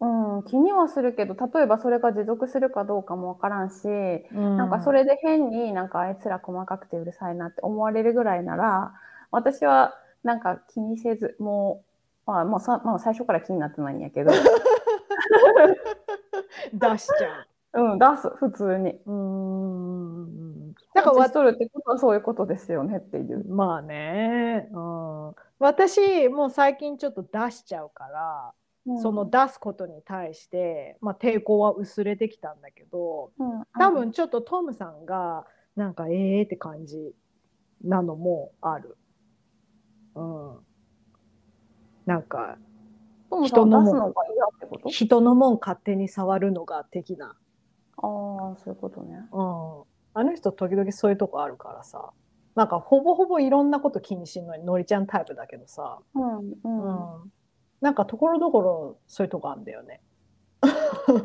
S1: うん、気にはするけど、例えばそれが持続するかどうかもわからんし、
S3: な
S1: なんかそれで変になんかあいつら細かくてうるさいなって思われるぐらいなら、私はなんか気にせず、もう、まあ、もうさ、まあ、最初から気になってないんやけ ど、
S3: 出しちゃ
S1: うん、出す、普通に。
S3: う。うん。
S1: な
S3: なんん
S1: か
S3: かわ
S1: 私取るってことはそういうことですよねっていう。
S3: まあね、うん、私もう最近ちょっと出しちゃうから、その、出すことに対して、まあ、抵抗は薄れてきたんだけど
S1: うん、
S3: 多分ちょっとトムさんがなんかええって感じなのもある。うん、なんか
S1: うん、人
S3: 人
S1: の出
S3: のも
S1: すのが嫌ってこと
S3: 人のもん勝手に触るのが的な、
S1: ああ、そういうことね。
S3: うん、あの人時々そういうとこあるからさなんかほぼほぼいろんなこと気にしんのにのりちゃんタイプだけどさ、
S1: うん、うん。
S3: うんなんかところどころそういうとこあるんだよね。 う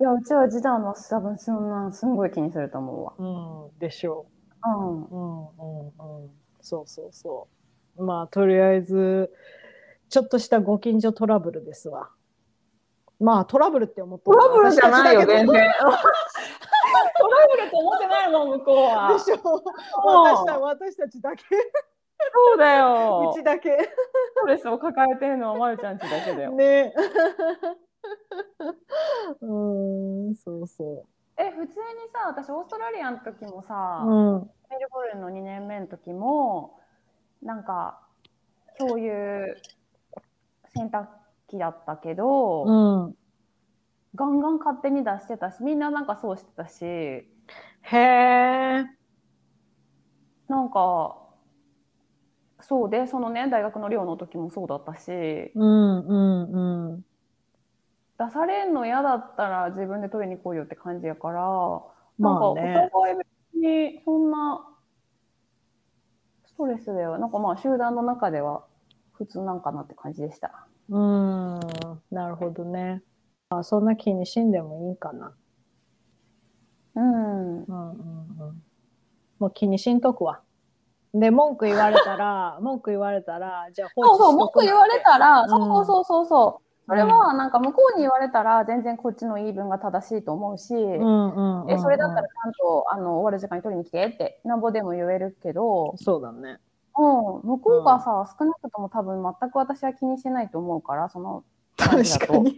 S1: いや、うちは時短は多分そんなんすんごい気にすると思うわ。
S3: ん、うん、でしょ
S1: うん。
S3: う。うんうんうん。そうそうそう。まあとりあえずちょっとしたご近所トラブルですわ。まあトラブルって思って
S1: トラブルじゃないよ、
S3: 私た
S1: 全然。
S3: ち
S1: ト
S3: だけど
S1: ラブルと思ってないもん、向こうは。
S3: でしょ私た私たちだけ
S1: そうだ
S3: う
S1: よ。
S3: ちだけ
S1: ストレスを抱えてるのはまゆちゃんちだけだよ。
S3: ね うんそうそ
S1: え、普通にさ、私、オーストラリアの時もさ、
S3: ううん
S1: メルボルンの2年目の時も、なんか、そういう洗濯機だったけど、
S3: うん
S1: ガンガン勝手に出してたし、みんななんかそうしてたし、
S3: へえ
S1: なんか、そうで、そのね、大学の寮の時もそうだったし、
S3: うんうんうん
S1: 出されんの嫌だったら自分で取りに来いよって感じやから、なんか
S3: まあ
S1: お
S3: ね。
S1: 互い別にそんなストレスでは、なんかまあ集団の中では普通なんかなって感じでした。
S3: うーん、なるほどね。あ、そんな気にしんでもいいかな。
S1: うん。
S3: うんうんうん。もう気にしんとくわ。で、文句言われ たら、文句言われたら、じゃあ放置
S1: そうそう、
S3: しと
S1: 文
S3: く
S1: 句言われたら、
S3: ん
S1: そうそうそうそう。それはなんか向こうに言われたら全然こっちの言い分が正しいと思うし、
S3: うんうんうんうん
S1: えそれだったらちゃんとあの終わる時間に取りに来てってなんぼでも言えるけど、
S3: そうだね。
S1: うん、向こうがさ、少なくとも多分全く私は気にしてないと思うから、その感じだと。
S3: に。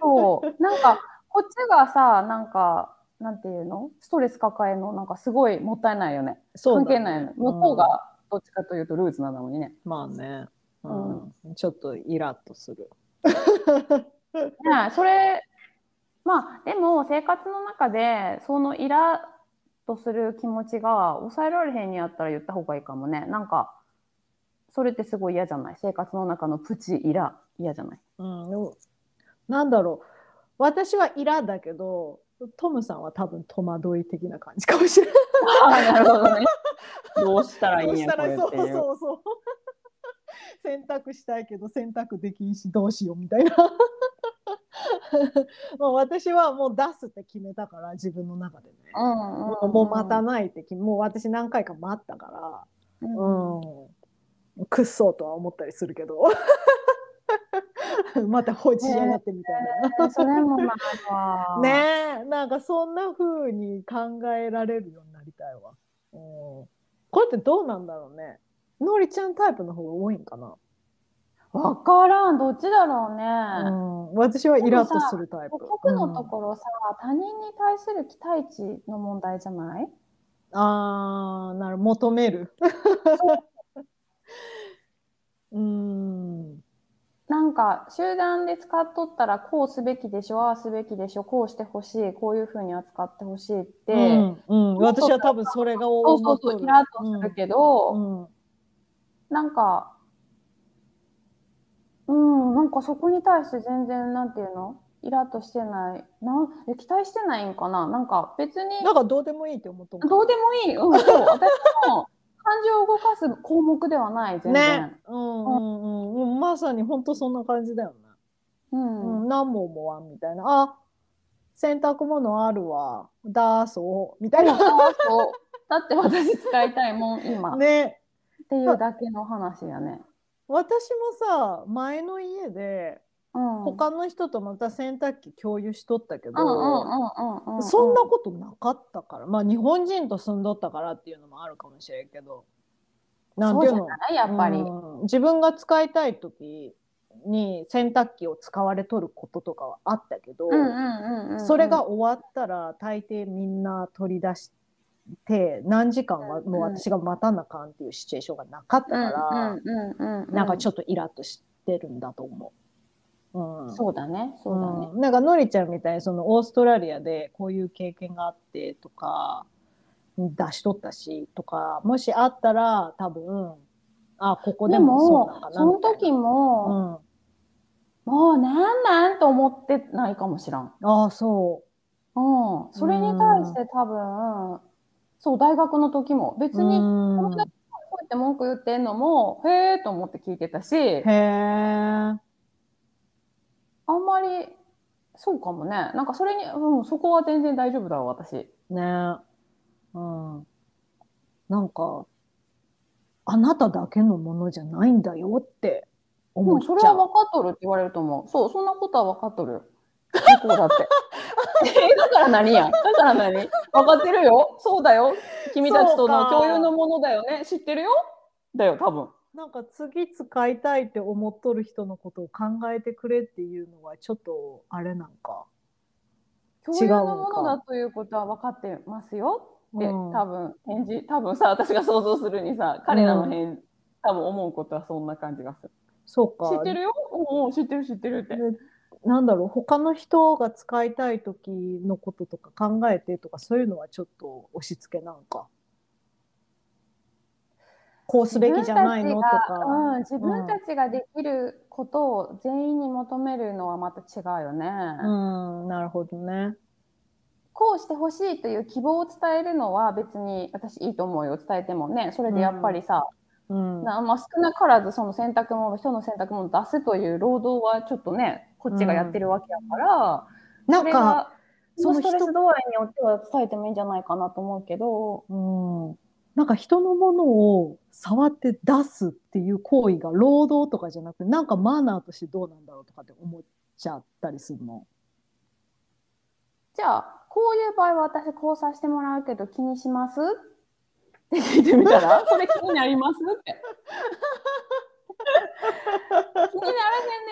S1: そう。なんか、こっちがさ、なんか、なんていうのストレス抱えるの、なんかすごいもったいないよね。
S3: そうだ
S1: 関係
S3: ね
S1: ないよね。向こうがどっちかというとルーズなのにね。
S3: まあね。うん。ちょっとイラッとする。
S1: ねそれ、まあ、でも生活の中で、そのイラッとする気持ちが抑えられへんにやったら言った方がいいかもね。なんか、それってすごい嫌じゃない生活の中のプチイラ、嫌じゃ ない
S3: うん。でもなんだろう。私はイラだけど、トムさんは多分戸惑い的な感じかもしれない。
S1: ああ、なるほどね。 どうしたらいい
S3: ど
S1: ん
S3: うし
S1: や、
S3: た
S1: こ
S3: ら
S1: れっていう。
S3: そうそうそう。 選択したいけど選択できんしどうしようみたいな。 もう私はもう出すって決めたから自分の中でね。
S1: うんうん
S3: もうもう待たないってきもう私何回か待ったか
S1: う
S3: ら、
S1: ん
S3: うん、くっそーとは思ったりするけど また放置しやがってみたいな。
S1: それもまあ
S3: ねえなんかそんな風に考えられるようになりたいわ、うん、これってどうなんだろうねのりちゃんタイプの方が多いんかな、
S1: わからんどっちだろうね、
S3: うん、私はイラッとするタイプ
S1: 結局のところさ、他人に対する期待値の問題じゃない
S3: うんあーなる求める うん
S1: なんか集団で使っとったらこうすべきでしょああすべきでしょこうしてほしいこういうふうに扱ってほしいって、
S3: うんうん、私は多分それが
S1: そうそう
S3: 思っと
S1: そう
S3: る
S1: イラッとするけど、
S3: うんうん
S1: なんか、うん、なんかそこに対して全然、なんていうのイラッとしてないなんえ期待してないんかななんか別に
S3: なんかどうでもいいって思ったもん
S1: どうでもいい、 うん、そう私も感情を動かす項目ではない全然、
S3: ね、うんうんうん、まさに本当そんな感じだよね。
S1: う
S3: うん
S1: ん、
S3: 何も思わんみたいな。あ、洗濯物あるわ。だそう。みたいな。
S1: あそうだって私使いたいもん今、
S3: ね。
S1: っていうだけの話やね、
S3: 私もさ、前の家で、
S1: うん、
S3: 他の人とまた洗濯機共有しとったけ
S1: うんうん
S3: ど、
S1: うんうんうん
S3: そんなことなかったから。まあ、日本人と住んどったからっていうのもあるかもしれんけど。なんていう
S1: そう
S3: の
S1: じゃないやっぱり、
S3: うん自分が使いたい時に洗濯機を使われとることとかはあったけど、
S1: うんうん
S3: それが終わったら大抵みんな取り出して何時間は
S1: うん
S3: もう私が待たなあかんっていうシチュエーションがなかった
S1: う
S3: か
S1: ん
S3: ら
S1: うんうんうん
S3: なんか
S1: ょ
S3: ちょっとイラッとしてるんだと思う。うん
S1: そうだねそうだね、
S3: うんなんかのりちゃんみたいにそのオーストラリアでこういう経験があってとか出しとったしとかもしあったら多分あここで
S1: で
S3: もそうな
S1: も
S3: んかな
S1: その
S3: みたいな
S1: 時も、もうなんなんと思ってないかもしらん
S3: うん、ああそう
S1: うん、それに対して多分、そう、大学の時も、別
S3: う
S1: に、
S3: ん
S1: 友達がこうやって文句言ってんのも、へえと思って聞いてたし、
S3: へえ
S1: あんまり、そうかもね。なんかそれに、うん、そこは全然大丈夫だわ、私。
S3: ねうん。なんか、あなただけのものじゃないんだよって思
S1: う
S3: っ
S1: ん、
S3: ち
S1: それ
S3: ゃ
S1: は
S3: う。
S1: 分かっとるって言われると思う。そう、そんなことは分かっとる。向こうだ って。えだから何やだから何分かってるよ。そうだよ。君たちとの共有のものだよね。知ってるよだよ、多分。
S3: なんか次使いたいって思っとる人のことを考えてくれっていうのはちょっとあれなんか。
S1: 共有のものだということは分かってますよって、
S3: うん
S1: 多分返事多分さ私が想像するにさ彼らの返、多分思うことはそんな感じがする
S3: そうか。
S1: 知ってるよ、うんうん、知ってる知ってるって、
S3: なんだろう、他の人が使いたい時のこととか考えてとかそういうのはちょっと押し付けなんか。こうすべきじゃないのとか。
S1: 自分たちがうん自分たちができることを全員に求めるのはまた違うよね、
S3: うん、なるほどね。
S1: こうしてほしいという希望を伝えるのは別に私いいと思うよ伝えてもねそれでやっぱりさ、
S3: うん。
S1: なまあ、少なからずその洗濯物人の洗濯物を出すという労働はちょっとねこっちがやってるわけやから、
S3: なんか、
S1: そ
S3: その
S1: のス
S3: 人
S1: トレス度合いによっては伝えてもいいんじゃないかなと思うけど、
S3: うん、なんか人のものを触って出すっていう行為が労働とかじゃなくて、なんかマナーとしてどうなんだろうとかって思っちゃったりするの。
S1: じゃあ、こういう場合は私こうさせてもらうけど気にし ますって聞いてみたら、それ気になりますって。 気にならへんね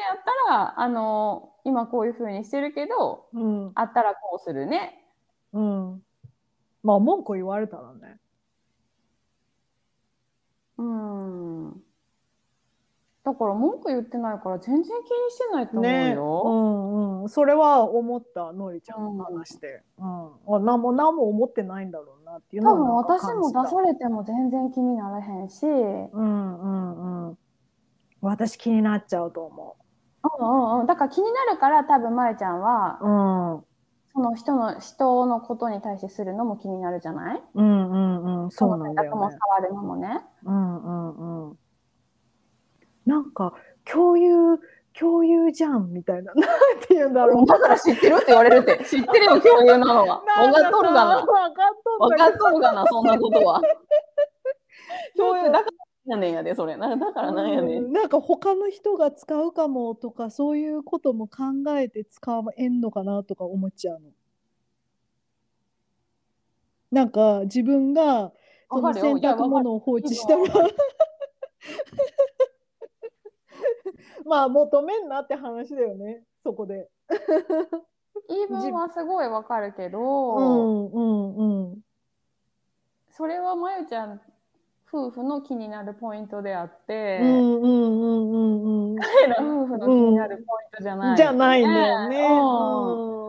S1: やったら、あの、今こういうふうにしてるけど、
S3: うん。
S1: あったらこうするね。
S3: うん。まあ、文句言われたらね。
S1: うん。だから文句言ってないから全然気にしてないと思う
S3: ねう
S1: よ。
S3: んうん。それは思った、のりちゃんの話で。うん。あ、なんも、なんも思ってないんだろうなっていうの
S1: 多
S3: は
S1: 分
S3: なんか
S1: 私
S3: 感
S1: も
S3: じた
S1: 出されても全然気にならへんし、
S3: うんうんうん。私気になっちゃうと思
S1: うんうんうん、だから気になるから多分まゆちゃんは
S3: う。うん。
S1: その人の人のことに対してするのも気になるじゃない
S3: うんうんうん、そうなんだ
S1: その洗濯
S3: よ
S1: も
S3: ね。
S1: 触るのもね。
S3: うんうんうん。なんか、共有、共有じゃんみたいな、なんて言うんだろう。
S1: だから知ってるって言われるって。知ってるよ、共有なのは。分かっとるがな。
S3: 分かっとる
S1: 分
S3: か
S1: かっとるがな、そんなこと は。共有、だからなんやねんやで、それ。なだからなんやねん。
S3: なんか他の人が使うかもとかそういうことも考えて使えんのかなとか思っちゃうの。なんか自分がその
S1: わかる
S3: 洗
S1: よいや
S3: 濯物を放置したら
S1: わ
S3: まあ求めんなって話だよねそこで。
S1: 言い分はすごい分かるけ
S3: う
S1: ど、
S3: んうんうん。
S1: それはまゆちゃん夫婦の気になるポイントであって、
S3: うんうんうんうんうん。
S1: 彼ら夫婦の気になるポイントじゃない。
S3: じゃないんだよね。
S1: うん
S3: うん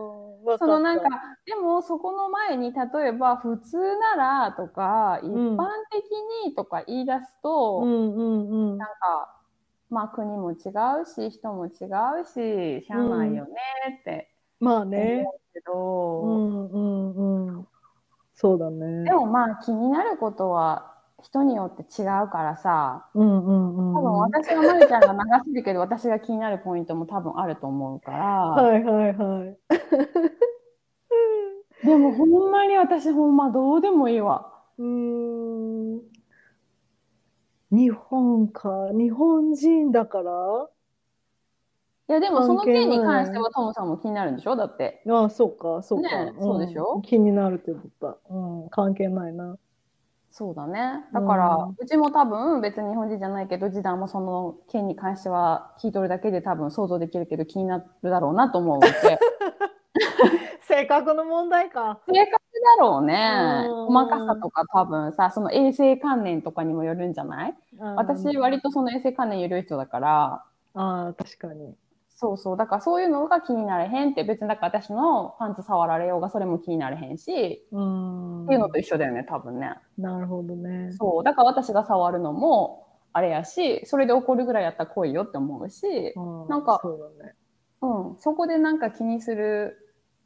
S3: わ
S1: そのなん
S3: った
S1: かでもそこの前に例えば普通ならとか一
S3: ん
S1: 般的にとか言い出すと、
S3: うんうんうん
S1: なんかまあ国も違うし人も違うししゃあないよねって、
S3: まあ
S1: 思
S3: ね。
S1: うけ
S3: う
S1: ど、
S3: んうんうん。そうだね
S1: で。もまあ気になることは人によって違うからさ
S3: うんうんうん。
S1: 多分私はまるちゃんが長すぎるけど私が気になるポイントも多分あると思うから、
S3: はいはいはい。
S1: でもほんまに私ほんまどうでもいいわ。
S3: うーん。日本か。日本人だから
S1: いやでもその
S3: 関係ない
S1: 件に関してはトムさんも気になるんでしょだって。
S3: ああ、そうか、そうか。
S1: ねえそうでしょ
S3: ん気になるって言った。うん、関係ないな。
S1: そうだね。だから、
S3: う
S1: うちも多分別に日本人じゃないけど、時短もその件に関しては聞いとるだけで多分想像できるけど気になるだろうなと思うわけ。 性
S3: 性格の問題か。
S1: 格だろうね
S3: うん。
S1: 細かさとか多分さ、その衛生観念とかにもよるんじゃない私割とその衛生観念緩い人だから、
S3: ああ、確かに。
S1: そうそう。だからそういうのが気になれへんって、別にだから私のパンツ触られようがそれも気になれへんし、
S3: うん。
S1: っていうのと一緒だよね、多分ね。
S3: なるほどね。
S1: そう。だから私が触るのも、あれやし、それで怒るぐらいやったら来いよって思うし、
S3: う
S1: なんか
S3: そうだね。
S1: うん。そこでなんか気にする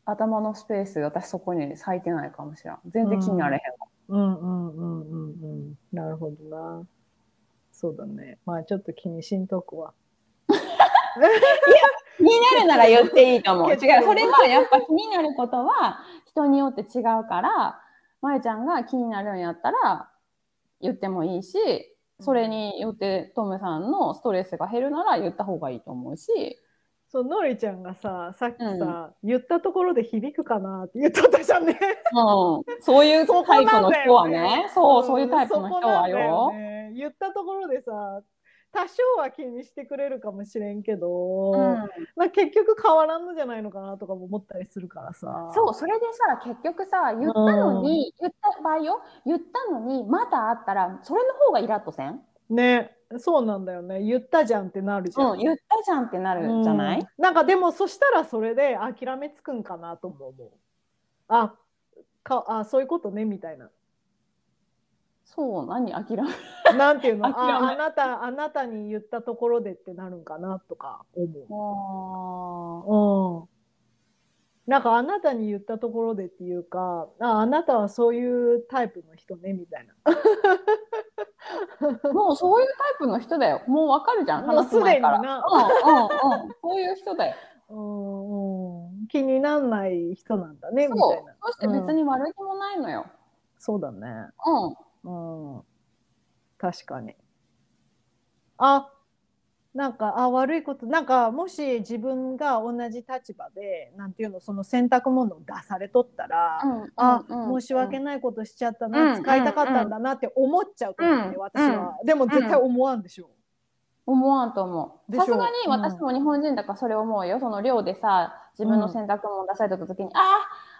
S1: 頭のスペース、私そこに咲いてないかもしれん。全然気になれへんわ。
S3: うんうんうんうんうん。なるほどな。そうだね。まあちょっと気にしんとくわ。
S1: 気になるなら言っていいか も。違う。
S3: 結
S1: そ
S3: 構
S1: れはやっぱ気になることは人によって違うから、まゆちゃんが気になるんやったら言ってもいいし、それによってトムさんのストレスが減るなら言った方がいいと思うし、
S3: そう、のりちゃんがさ、さっきさ、言ったところで響くかなって言っとったじゃんね。
S1: うん、そういう
S3: そ
S1: タ
S3: こ
S1: イプ
S3: なん
S1: の
S3: だ
S1: 人
S3: よ
S1: は
S3: ね
S1: ね、そう、
S3: ん
S1: そういうタイプの人は
S3: そこ
S1: よ
S3: な。んだよね言ったところでさ、多少は気にしてくれるかもしれんけど、
S1: うん
S3: まあ結局変わらんのじゃないのかなとかも思ったりするからさ。
S1: そう、それでさ、結局さ、言ったのに、言った場合よ、言ったのに、まだあったら、それの方がイラッとせん
S3: ね、そうなんだよね。言ったじゃんってなるじゃん。
S1: うん、言ったじゃんってなるじゃない、
S3: うんなんかでもそしたらそれで諦めつくんかなとも思う。あかあそういうことねみた いな。
S1: そう、何諦め
S3: なんていう
S1: 諦
S3: の
S1: め
S3: ああなたあなたに言ったところでってなるんかなとか
S1: あ
S3: 思う。うん、なんかあなたに言ったところでっていうかああなたはそういうタイプの人ねみたいな。
S1: ーもうそういうタイプの人だよ。もうわかるじゃん。
S3: もう
S1: 話す
S3: すで
S1: 前
S3: に
S1: から。
S3: な、
S1: うんうんうん。そういう人 だよ。
S3: うんうん、気になんない人なんだね
S1: そ
S3: みたいうな。。
S1: そして別に悪気もないのよ。
S3: そうだね。
S1: うん。
S3: うん、確かに。あなんかあ悪いことなんかもし自分が同じ立場でなんていうのその洗濯物を出されとったら、
S1: うん
S3: あ、
S1: うん
S3: 申し訳ないことしちゃった
S1: うんう
S3: な、
S1: ん
S3: 使いたかったんだなって思っちゃうからね、
S1: うん
S3: 私は、でも絶対思わんでしょ、
S1: 思わんと思う。
S3: でしょ
S1: さすがに私も日本人だからそれ思うよ。その寮でさ、自分の洗濯物出された時に、あ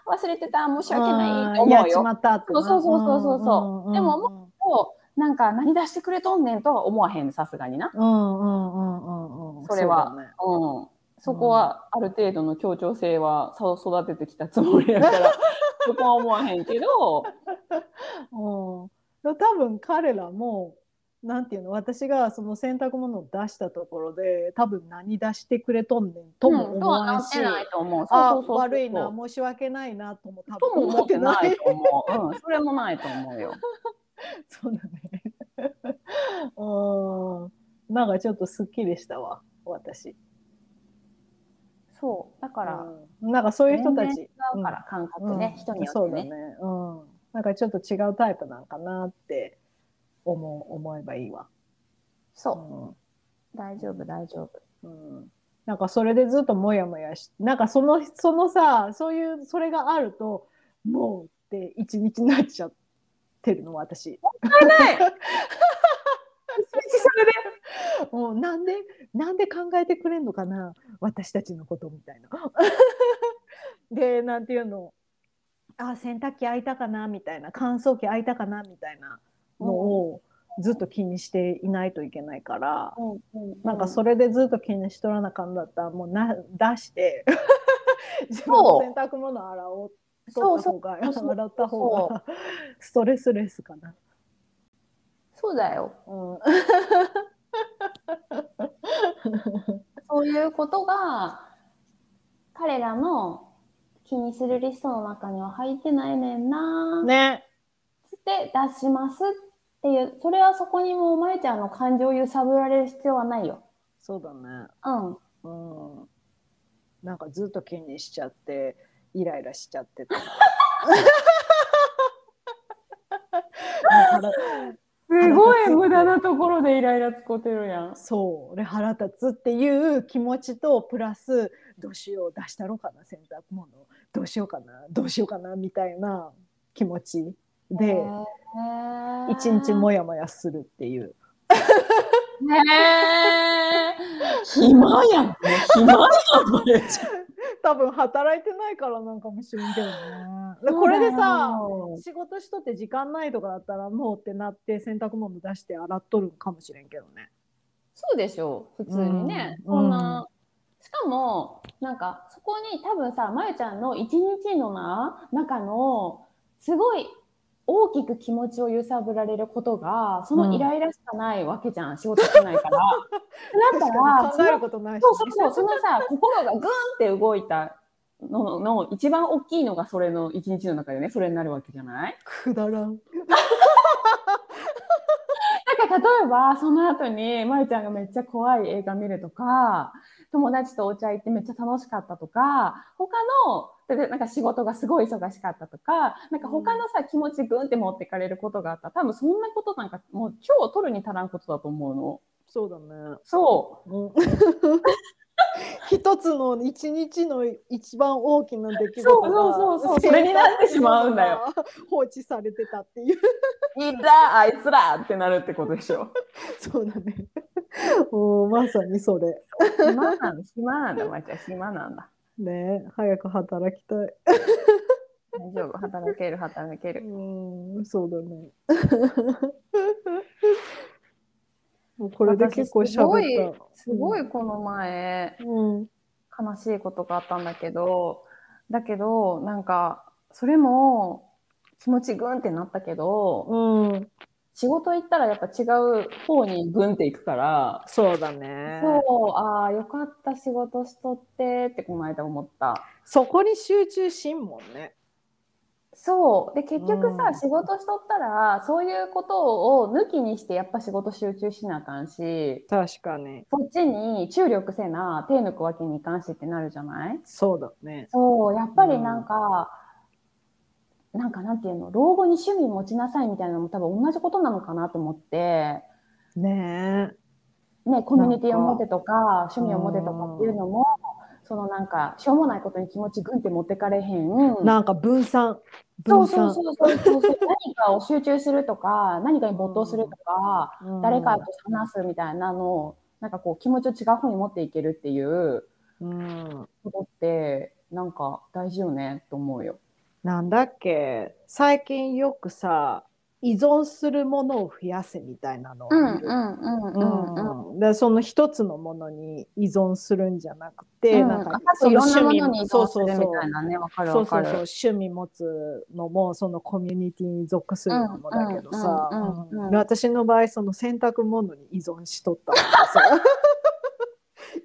S1: あ、忘れてた、申し訳ないって
S3: あー
S1: 思
S3: やっ
S1: う
S3: ち
S1: よ。
S3: まったってな
S1: そうそうそうそうそうでも
S3: うん
S1: そうなんか何出してくれとんねんとは思わへん、さすがにな。
S3: うんうんうんうんうんうん
S1: それは
S3: うだね
S1: うん。そこはある程度の協調性はさ育ててきたつもりや から、そこは思わへんけど、
S3: うんでも多分彼らもなんていうの私がその洗濯物を出したところで多分何出してくれとんねんとも
S1: うん
S3: 思わんし、
S1: とはなってないと思う。そうそ
S3: あ
S1: うそうそう
S3: 悪いな申し訳ないなとも多
S1: とも
S3: 分
S1: 思ってないと思う。うん、それもないと思うよ。
S3: そうだね うんなんかちょっとすっきりしたわ私
S1: そう。だから、
S3: うんなんかそういう人たち
S1: 年々違うから感覚ね、人によ
S3: そう
S1: っ
S3: だ
S1: て
S3: ね
S1: ね。、
S3: うん、なんかちょっと違うタイプなんかなって思う思えばいいわ、
S1: そう
S3: うん
S1: 大丈夫、大丈夫。
S3: うんなんかそれでずっとモヤモヤし、なんかその、そのさ、そういう、それがあると、もうって一日になっちゃってるの、私。 もうなんで、なんで考えてくれんのかな、私たちのことみたいな。 で、なんていうの、あ、洗濯機開いたかな、みたいな、乾燥機開いたかな、みたいなのをずっと気にしていないといけないから、なんかそれでずっと気にしとらなあかんだったらもうな出して 自分の洗濯物を洗おう
S1: そう
S3: 取った
S1: そう
S3: 方
S1: そ
S3: が
S1: うそう
S3: 洗った方がストレスレスかな。
S1: そうだよ。
S3: うん
S1: そういうことが、彼らの気にするリストの中には入ってないねんな。
S3: ね。
S1: つって出しますっていう、それはそこにもうまゆちゃんの感情を揺さぶられる必要はないよ。
S3: そうだね。
S1: うん。
S3: うん。なんかずっと気にしちゃって、イライラしちゃって た。腹
S1: す
S3: ごい無駄
S1: なところでイライラ使ってるやん。
S3: そう、俺腹立つっていう気持ちと、プラス、どうしよう、出したろうかな、洗濯物。どうしようかな、どうしようかな、みたいな気持ちで、一日
S1: も
S3: もやもやするっていう。
S1: ね
S5: 暇やん。暇やん、まゆちゃん。
S3: 多分働いてないからなんかもしれんけどね。でこれでさ、仕事しとって時間ないとかだったらもうってなって洗濯物出して洗っとるんかもしれんけどね。
S1: そうでしょう普通にね、
S3: うん
S1: そんな、しかもなんかそこに多分さまゆちゃんの一日のな中のすごい大きく気持ちを揺さぶられることがそのイライラしかないわけじゃん、仕事 してないから。ってなっ
S3: 確
S1: たら
S3: かに考えることないし、
S1: そうそうそう、そのさ、心がグーンって動いたののの一番大きいのがそれの一日の中でね、それになるわけじゃない
S3: くだらん。
S1: なんか例えば、その後に、まゆちゃんがめっちゃ怖い映画見るとか、友達とお茶行ってめっちゃ楽しかったとか、他の、ででなんか仕事がすごい忙しかったとか、なんか他のさ、気持ちグーンって持ってかれることがあったら、多分そんなことなんかもう今日取るに足らんことだと思うの。
S3: そうだね。
S1: そう。
S3: うん一つの一日の一番大きな出来事が
S1: そうそうそうそうそれになってしまうんだよ。
S3: 放置されてたっていう。
S1: いたあいつらってなるってことでしょ。
S3: そうだね。おーまさにそれ。
S1: 暇なんだ、暇なんだ、まいちゃん、暇なんだ。
S3: ね早く働きたい。
S1: 大丈夫、働ける、働ける。
S3: うん、そうだね。 もうこれで結構
S1: 私すごい
S3: 喋った。
S1: すごいこの前、
S3: うん。
S1: 悲しいことがあったんだけど、だけど、なんか、それも、気持ちグンってなったけど、
S3: うん。
S1: 仕事行ったらやっぱ違う方にグンっていくから、
S3: そうだね。
S1: そう、ああ、よかった、仕事しとってってこの間思った。
S3: そこに集中しんもんね。
S1: そう。で、結局さ、
S3: うん
S1: 仕事しとったら、そういうことを抜きにして、やっぱ仕事集中しなあかんし、
S3: 確かに。
S1: そっちに注力せな、手抜くわけにいかんしってなるじゃない
S3: そうだね。
S1: そう、やっぱりなんか、なんかなんていうの、老後に趣味持ちなさいみたいなのも多分同じことなのかなと思って、
S3: ねえ。
S1: ね、コミュニティを持てとか、
S3: か
S1: 趣味を持てとかっていうのも、そのなんか、しょうもないことに気持ちぐんって持ってかれへん。
S3: なんか分散。
S1: そう
S3: 分
S1: そう
S3: 散。
S1: そうそうそうそう何かを集中するとか何かに没頭するとか、
S3: うん
S1: 誰かと話すみたいなのをなんかこう気持ちを違う方に持っていけるっていう
S3: うん。
S1: ことってなんか大事よねと思うよ。
S3: なんだっけ最近よくさ依存するものを増やせみたいなのを見る
S1: ん
S3: うんでその一つのものに依存するんじゃなくて、なんか
S1: あといろんなものに依
S3: そ
S1: 存
S3: う
S1: す
S3: そう
S1: る
S3: そう
S1: みたいなねわかる
S3: そ
S1: わ
S3: うそ
S1: か
S3: うそう
S1: る。
S3: 趣味持つのもそのコミュニティに属するのもだけどさ、
S1: うんうんうんうん
S3: うん私の場合その洗濯物に依存しとっ たのでさ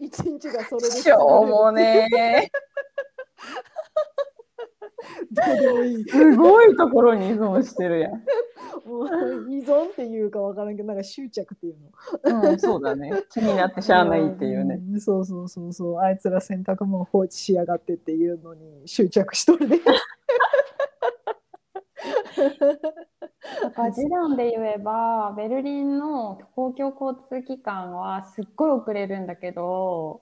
S3: 一日がそれで
S1: しょうもね
S3: どうでもいい
S1: ーすごいところに依存してるやん。
S3: もう依存っていうかわからんけどなんか執着っていうの
S1: うん、そうだね。気になってしゃあないっていうね。
S3: んそうそうそうそうあいつら洗濯物放置しやがってっていうのに執着し とるね
S1: だから示談で言えばベルリンの公共交通機関はすっごい遅れるんだけど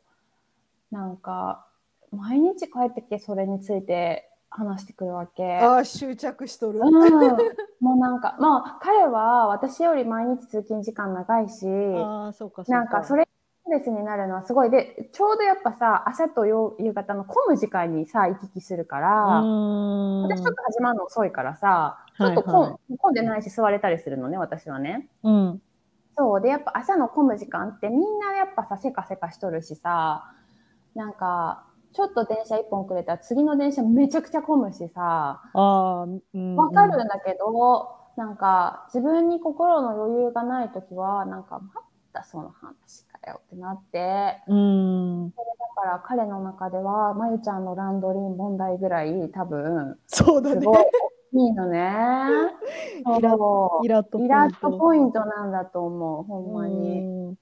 S1: なんか毎日帰ってきてそれについて話してくるわけ。
S3: ああ執着しとる、
S1: うん、もうなんかまあ彼は私より毎日通勤時間長いし
S3: ああそうかそう
S1: なんかそれベースになるのはすごいでちょうどやっぱさ朝と夕夕方の混む時間にさ行き来するから。
S3: うん
S1: 私ちょっと始まるの遅いからさ、ちょっと混,、混んでないし座れたりするのね、私はね。
S3: うん
S1: そう。で、やっぱ朝の混む時間ってみんなやっぱさ、せかせかしとるしさ、なんか、ちょっと電車一本遅れたら次の電車めちゃくちゃ混むしさ、
S3: ああうん
S1: わかるんだけど、なんか自分に心の余裕がないときは、なんか待たその話かよってなって
S3: うん。
S1: だから彼の中ではまゆちゃんのランドリー問題ぐらい多分
S3: そうだ
S1: す
S3: ね。
S1: ごい大きいのね。
S3: イラ
S1: そ
S3: イラッと
S1: うイラッとポイントなんだと思うほんまに。
S3: うん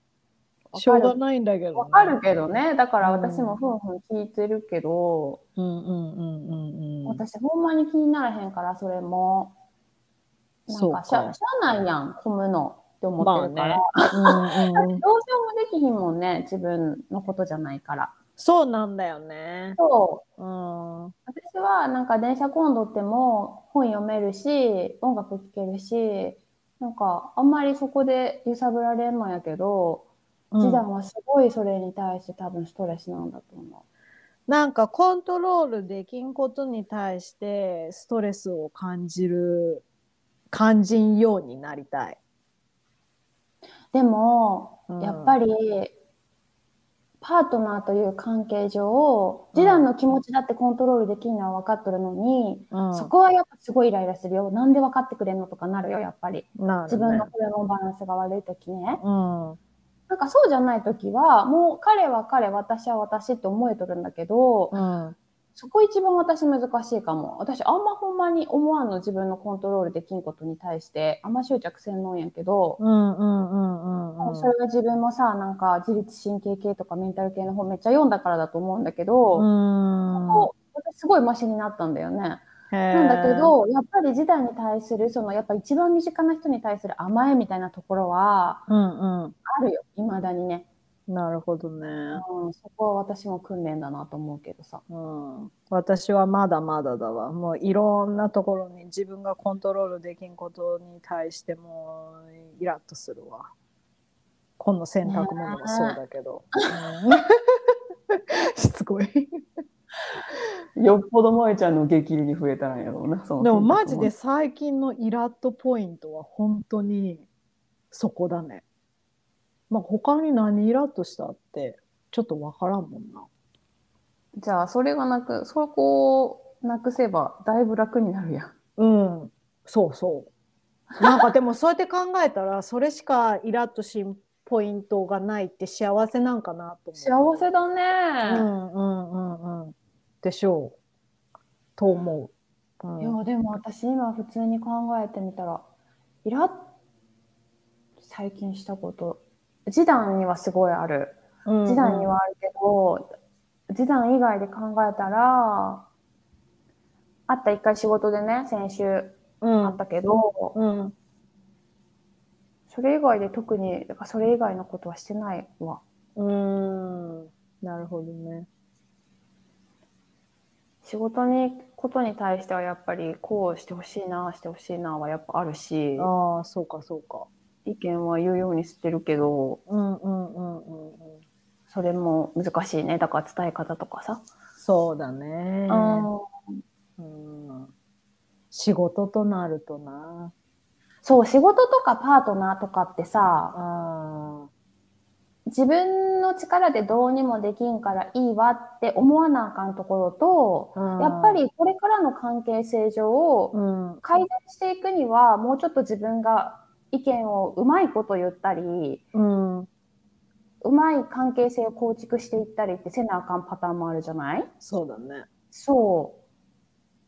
S3: しょうがないんだけど、ね。
S1: わかるけどねだから私もふんふん聞いてるけど、
S3: うんうんうんうんうん。
S1: 私ほんまに気にならへんからそれもな
S3: そ
S1: ん
S3: う
S1: か
S3: か
S1: しゃしゃあないやん混むのって思ってるから、
S3: うんうんう
S1: どうんしようもできひんもんね自分のことじゃないから。
S3: そうなんだよね。
S1: そう
S3: うん。う
S1: 私はなんか電車混んどっても本読めるし音楽聴けるしなんかあんまりそこで揺さぶられんのやけど、
S3: ん
S1: 次男はすごいそれに対して多分ストレスなんだと思
S3: なんかコントロールできんことに対してストレスを感じる感じんようになりたい。
S1: う。でも、
S3: うん
S1: やっぱりパートナーという関係上次男の気持ちだってコントロールできんのは分かっとるのに、
S3: うん
S1: そこはやっぱすごいイライラするよなんで分かってくれんのとかなるよやっぱり
S3: な
S1: 自
S3: る
S1: 分
S3: ね
S1: のホルモンバランスが悪い時ね。
S3: うん
S1: なんかそうじゃない時は、もう彼は彼、私は私って思えとるんだけど、
S3: うん
S1: そこ一番私難しいかも。私あんまほんまに思わんの自分のコントロールできんことに対して、あんま執着せんのんやけど、
S3: うんうんうんうんうん
S1: それは自分もさ、なんか自律神経系とかメンタル系の本めっちゃ読んだからだと思うんだけ
S3: う
S1: ど、
S3: ん
S1: こう私すごいマシになったんだよね。
S3: な
S1: なんだけど、やっぱり時代に対する、そのやっぱ一番身近な人に対する甘えみたいなところは
S3: うんう
S1: あるよ、未だにね。
S3: んなるほどね、
S1: うん、そこは私も訓練だなと思うけどさ。
S3: うん、私はまだまだだわもういろんなところに自分がコントロールできんことに対してもうイラッとするわこの洗濯物もそうだけど、うん しつこい
S5: よっぽど萌えちゃんの激流に増えたんやろうな。その
S3: でもマジで最近のイラッとポイントは本当にそこだね。まあ他に何イラッとしたってちょっとわからんもんな。
S1: じゃあ、それがなく、そこをなくせば、だいぶ楽になるやん。
S3: うん、そうそう。なんかでもそうやって考えたらそれしかイラッとしんポイントがないって幸せなんかなと思う。
S1: 幸せだ
S3: う
S1: ね。
S3: んうんうんうん。でしょう。と思う。うん
S1: いや、でも私今普通に考えてみたら、イラッ、最近したこと、示談にはすごいある。
S3: うんうん
S1: 示談にはあるけど、示談以外で考えたら、あった一回仕事でね、先週
S3: う
S1: あ
S3: ん
S1: ったけど、
S3: うん
S1: それ以外で特に、だからそれ以外のことはしてないわ。
S3: うん。なるほどね。
S1: 仕事に、ことに対してはやっぱり、こうしてほしいな、してほしいなはやっぱあるし、
S3: ああそうかそうか。
S1: 意見は言うようにしてるけど、
S3: うんうんうんうんうん。
S1: それも難しいね。だから伝え方とかさ。
S3: そうだね。
S1: うん
S3: うん。仕事となるとな。
S1: そう、仕事とかパートナーとかってさ、
S3: あ
S1: 自分の力でどうにもできんからいいわって思わなあかんところと、
S3: あ。
S1: やっぱ、りこれからの関係性上、
S3: うん。うん
S1: 改善していくには、もうちょっと自分が意見をうまいこと言ったり、。うまい関係性を構築していったりってせなあかんパターンもあるじゃない
S3: そうだね。
S1: そう。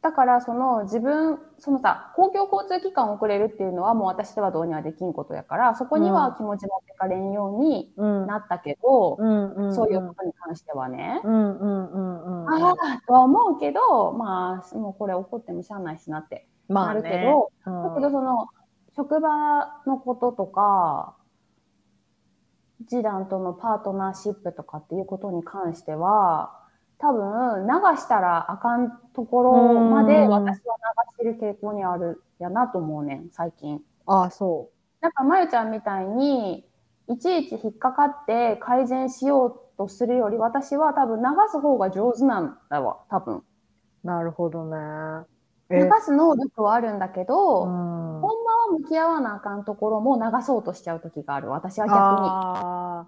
S1: だから、その自分、そのさ、公共交通機関を遅れるっていうのはもう私ではどうにはできんことやから、そこには気持ち持ってかれんように
S3: うん。
S1: なったけど、
S3: うんうん。
S1: そういうことに関してはね。
S3: うんうんうんうん。
S1: ああ、とは思うけど、まあ、もうこれ怒ってもしゃあないしなって
S3: ま
S1: な
S3: あ
S1: る
S3: ね
S1: けど、
S3: うん
S1: だけどその職場のこととか次男とのパートナーシップとかっていうことに関しては多分流したらあかんところまで
S3: うん
S1: 私は流してる傾向にあるやなと思うねん最近。
S3: ああ、そ
S1: なんかまゆちゃんみたいにいちいち引っかかって改善しようとするより私は多分流す方が上手なんだわ多分。
S3: う。なるほどね。
S1: 流
S3: え、
S1: す能力はあるんだけ
S3: う
S1: ど、ほ
S3: ん。
S1: んまは向き合わなあかんところも流そうとしちゃう時がある。私は逆に。
S3: ああ。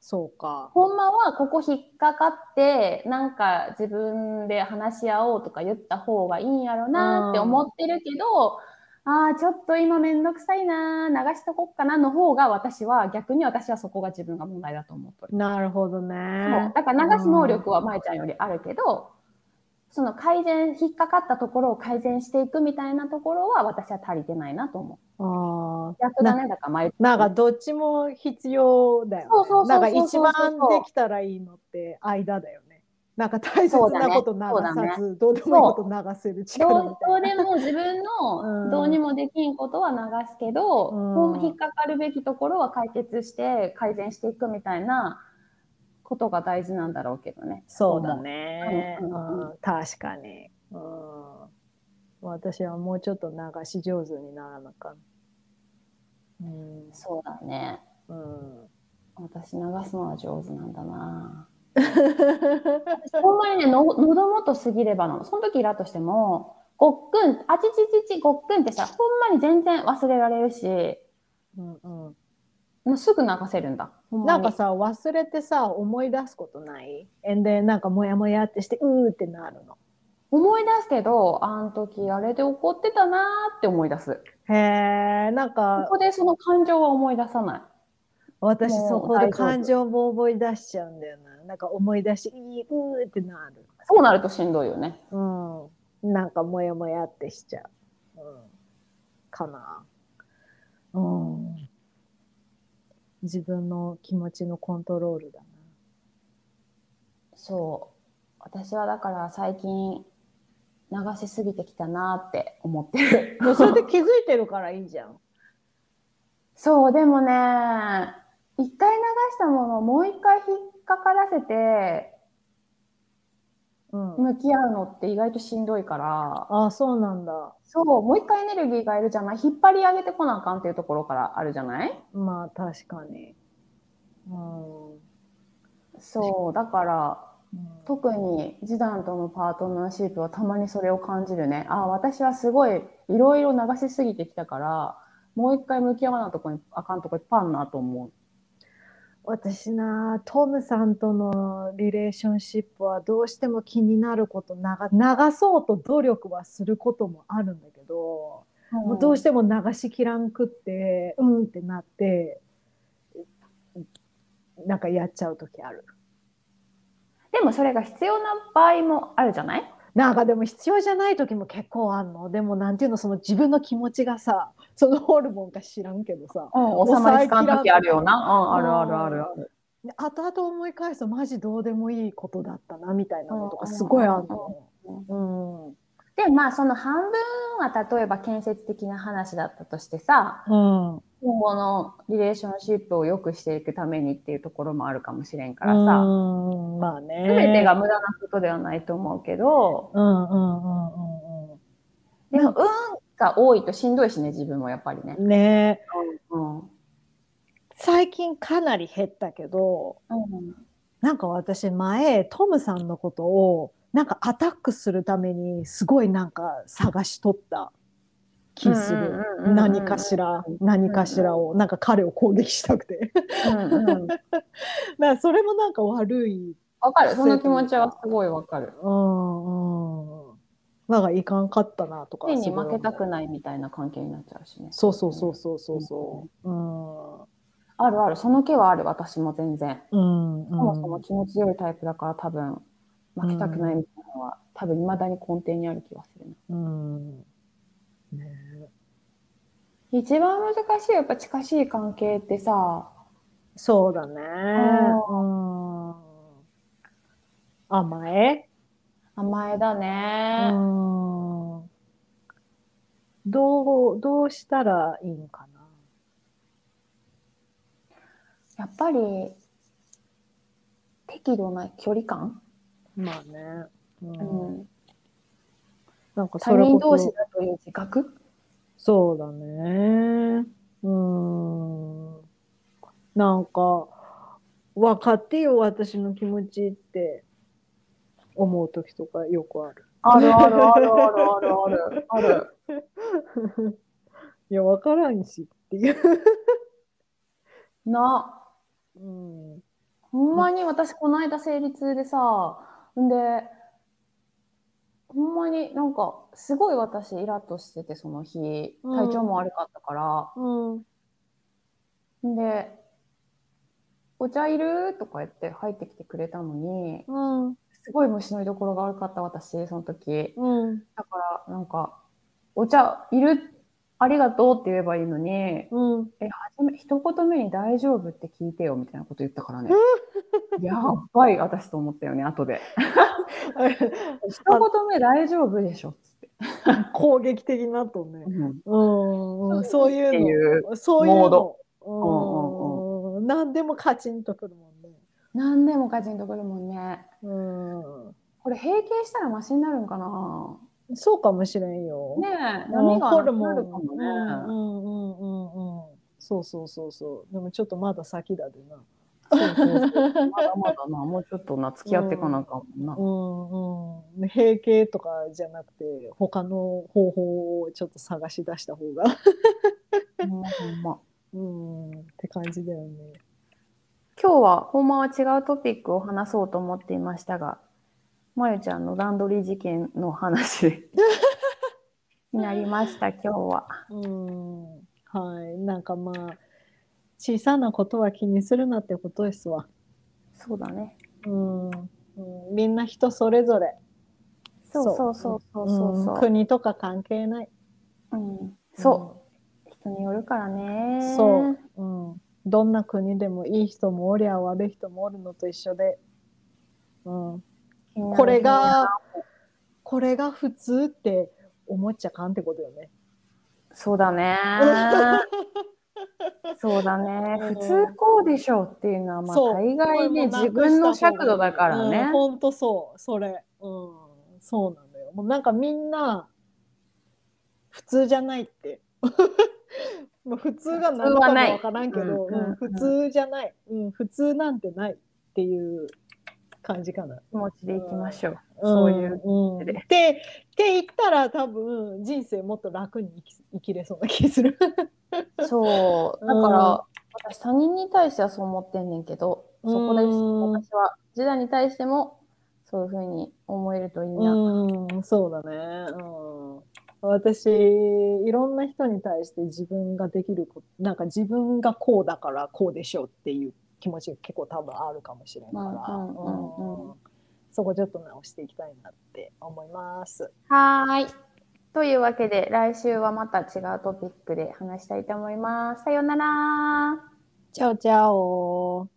S3: そうか。
S1: ほんまはここ引っかかって、なんか自分で話し合おうとか言った方がいいんやろなって思ってるけど、ああ、ちょっと今めんどくさいなー、流しとこっかなの方が私は、逆に私はそこが自分が問題だと思ってる。
S3: なるほど
S1: そう
S3: ね。
S1: だから流す能力はまえちゃんよりあるけど、その改善、引っかかったところを改善していくみたいなところは私は足りてないなと思う。
S3: ああ。
S1: 逆だね、だからまえちゃん。
S3: なんかどっちも必要だよね。
S1: そうそうそうそう
S3: なんか一番できたらいいのって間だよね。なんか大切なこと流
S1: そうだね
S3: さず、どうでもいいこと流せる力み
S1: どうどうでも自分
S3: う
S1: の
S3: ん
S1: どうにもできんことは流すけど、
S3: うん
S1: こう引っかかるべきところは解決して改善していくみたいなことが大事なんだろうけどね。
S3: そうだね。
S1: う
S3: うんん、確かに。うん。私はもうちょっと流し上手にならなかった。うん。
S1: そうだね。
S3: うん。
S1: 私流すのは上手なんだな。私ほんまにねの、喉元過ぎればなの。その時イラッとしても、ごっくん、あちちちちごっくんってさ、ほんまに全然忘れられるし、
S3: うん
S1: もうすぐ流せるんだ。ほ
S3: うんん、
S1: ま
S3: な
S1: に
S3: んかさ忘れてさ思い出すことないえんでなんかモヤモヤってしてうーってなるの
S1: 思い出すけど、あの時あれで怒ってたなーって思い出す。
S3: へえん
S1: こ
S3: か
S1: こでその感情は思い出さない。
S3: 私
S1: もう
S3: そこ
S1: 大丈
S3: で
S1: 夫
S3: 感情も思い出しちゃうんだよななんか思い出していいうーってなる
S1: そうなるとしんどいよね。
S3: うんなんかモヤモヤってしちゃう、うん、かなうん自分の気持ちのコントロールだな
S1: そう。私はだから最近流しすぎてきたなーって思って る。
S3: もう それで気づいてるからいいじゃん
S1: そう、でもね、一回流したものをもう一回引っかからせて
S3: うん
S1: 向き合うのって意外としんどいから、
S3: あそうなんだ
S1: そう、もう一回エネルギーがいるじゃない引っ張り上げてこなあかんっていうところからあるじゃない
S3: まあ確かに。うん。う
S1: そう、だから、
S3: ん
S1: 特に示談とのパートナーシップはたまにそれを感じるね。ああ、私はすごいいろいろ流しすぎてきたから、もう一回向き合わなとこにあかんとこいっぱいあんなと思う。
S3: 私なトムさんとのリレーションシップはどうしても気になることなが流そうと努力はすることもあるんだけど、もうどうしても流しきらんくってうんってなってなんかやっちゃう時ある
S1: でもそれが必要な場合もあるじゃない
S3: なんかでも必要じゃない時も結構あんのでもなんていうのその自分の気持ちがさそのホルモンか知らんけどさ
S1: うん、収まりつかん時あるよな。うん、あるあるあるある。
S3: で後々思い返すとマジどうでもいいことだったなみたいなのとかすごいあるの。うん
S1: で、まあその半分は例えば建設的な話だったとしてさ、
S3: うん
S1: 今後のリレーションシップを良くしていくためにっていうところもあるかもしれんからさ、
S3: うんまあね。
S1: すべてが無駄なことではないと思うけど、
S3: うんうんうんうん
S1: でも、運が多いとしんどいしね、自分もやっぱりね
S3: う。ん。ねえ
S1: うん。うん。
S3: 最近かなり減ったけどなんか私前トムさんのことをなんかアタックするためにすごいなんか探し取った気す
S1: うんうん
S3: る。
S1: うんうん
S3: 何かしら何かしらをなんか彼を攻撃したくて だか
S1: うんうん。
S3: らそれもなんか悪い
S1: わかる。その気持ちはすごいわかる。
S3: うんうん。なんかいかんかったなとか。
S1: 手に
S3: すごい
S1: 負
S3: 思う
S1: けたくないみたいな関係になっちゃうしね。
S3: そうそうそうそうそうそう。うん。うん
S1: あるある。その気はある。私も全然。
S3: うん。
S1: そもそも気持ちよいタイプだから多分、負けたくないみたいなのは、多分未だに根底にある気がするな。
S3: うん。ねえ
S1: 一番難しい、やっぱ近しい関係ってさ、
S3: そうだね。
S1: う
S3: うん。甘え
S1: 甘えだ
S3: う
S1: ね。
S3: ん。どう、どうしたらいいんかな。
S1: やっぱり、適度な距離感、
S3: まあね。う。
S1: うんん、
S3: なんか
S1: 他
S3: それ
S1: 人
S3: こ
S1: 同
S3: そ
S1: 士。だという自覚
S3: そうだね。うーん。なんか、分かってよ、私の気持ちって思う時とかよくある。
S1: あるあるあるあるあるある ある。
S3: いや、分からんしっていう。
S1: な、
S3: うん。
S1: ほんまに私この間生理痛でさ、んで、ほんまになんかすごい私イラッとしててその日
S3: うん
S1: 体調も悪かったから、
S3: うん。
S1: で「お茶いる?」とか言って入ってきてくれたのに
S3: うん。
S1: すごい虫の居所が悪かった私その時
S3: うん。
S1: だからなんか「お茶いるありがとう」って言えばいいのに
S3: うん。
S1: 初め一言目に「大丈夫?」って聞いてよみたいなこと言ったからねやっばい私と思ったよね後で一言目「大丈夫でしょ」っつって、
S3: 攻撃的になったね。
S5: うん
S3: うん。そうい
S1: って
S3: う
S1: いう
S3: の。そういう
S5: モー
S3: の
S5: ド。
S3: うん。何でもカチンとくるもんね。
S1: 何でもかじんとくるもんね
S3: う。
S1: これ閉経したらマシになるんかなん
S3: そうかもしれんよ。
S1: ねえ
S3: う
S1: 波
S3: ん
S1: が
S3: ホ
S1: な
S3: ル
S1: く
S3: モ
S1: な
S3: ン。
S1: るかもね、
S3: うんうんうんうん。そうそうそうそう。でもちょっとまだ先だで な。そうそうそう。
S5: まだまだな、もうちょっとな、付き合っていかなあかんもんな。
S3: うんうん、閉経とかじゃなくて他の方法をちょっと探し出した方が
S1: ほんまほんま
S3: うんって感じだよね。
S1: 今日はほんまは違うトピックを話そうと思っていましたがまゆちゃんの段取り事件の話になりました今日は
S3: うんはいなんかまあ小さなことは気にするなってことですわ。
S1: そうだね
S3: うんうん、みんな人それぞれ
S1: そうそうそうそうそう
S3: うん
S1: そう、
S3: 国とか関係ない。
S1: うん、そう人によるからね
S3: そううん、うん、どんな国でもいい人もおりゃ悪い人もおるのと一緒で。うん
S1: 気になる
S3: これが、これが普通って思っちゃかんってことよね。
S1: そうだ ねそうだね
S3: うん
S1: 普通こうでしょうっていうのはまあ
S3: そう
S1: 大概ね
S3: これもなく
S1: 自分の尺度だから
S3: うん
S1: ね、
S3: ほんとそう、それ。うん、そうなんだよ。もうなんかみんな、普通じゃないって。 もう普通が何だかわからんけど、
S5: 普通
S1: はない
S3: うん普通じゃない、うん。普通なんてないっていう感じかな。
S1: 気持ちでいきましょう、
S3: ん
S1: そういう。
S3: うん
S1: で
S3: で、って言ったら多分人生もっと楽に生き生きれそうな気する。
S1: そうだから、私他人に対してはそう思ってんねんけどそこで
S3: うん
S1: 私は時代に対してもそういうふうに思えるといいな、
S3: うん、そうだね。うん、私、いろんな人に対して自分ができること、なんか自分がこうだからこうでしょうっていう気持ちが結構多分あるかもしれんから、
S1: うんうんうんうん
S3: うんそこちょっと直していきたいなって思います。
S1: はーいというわけで来週はまた違うトピックで話したいと思いますさようなら
S3: チャオチャオ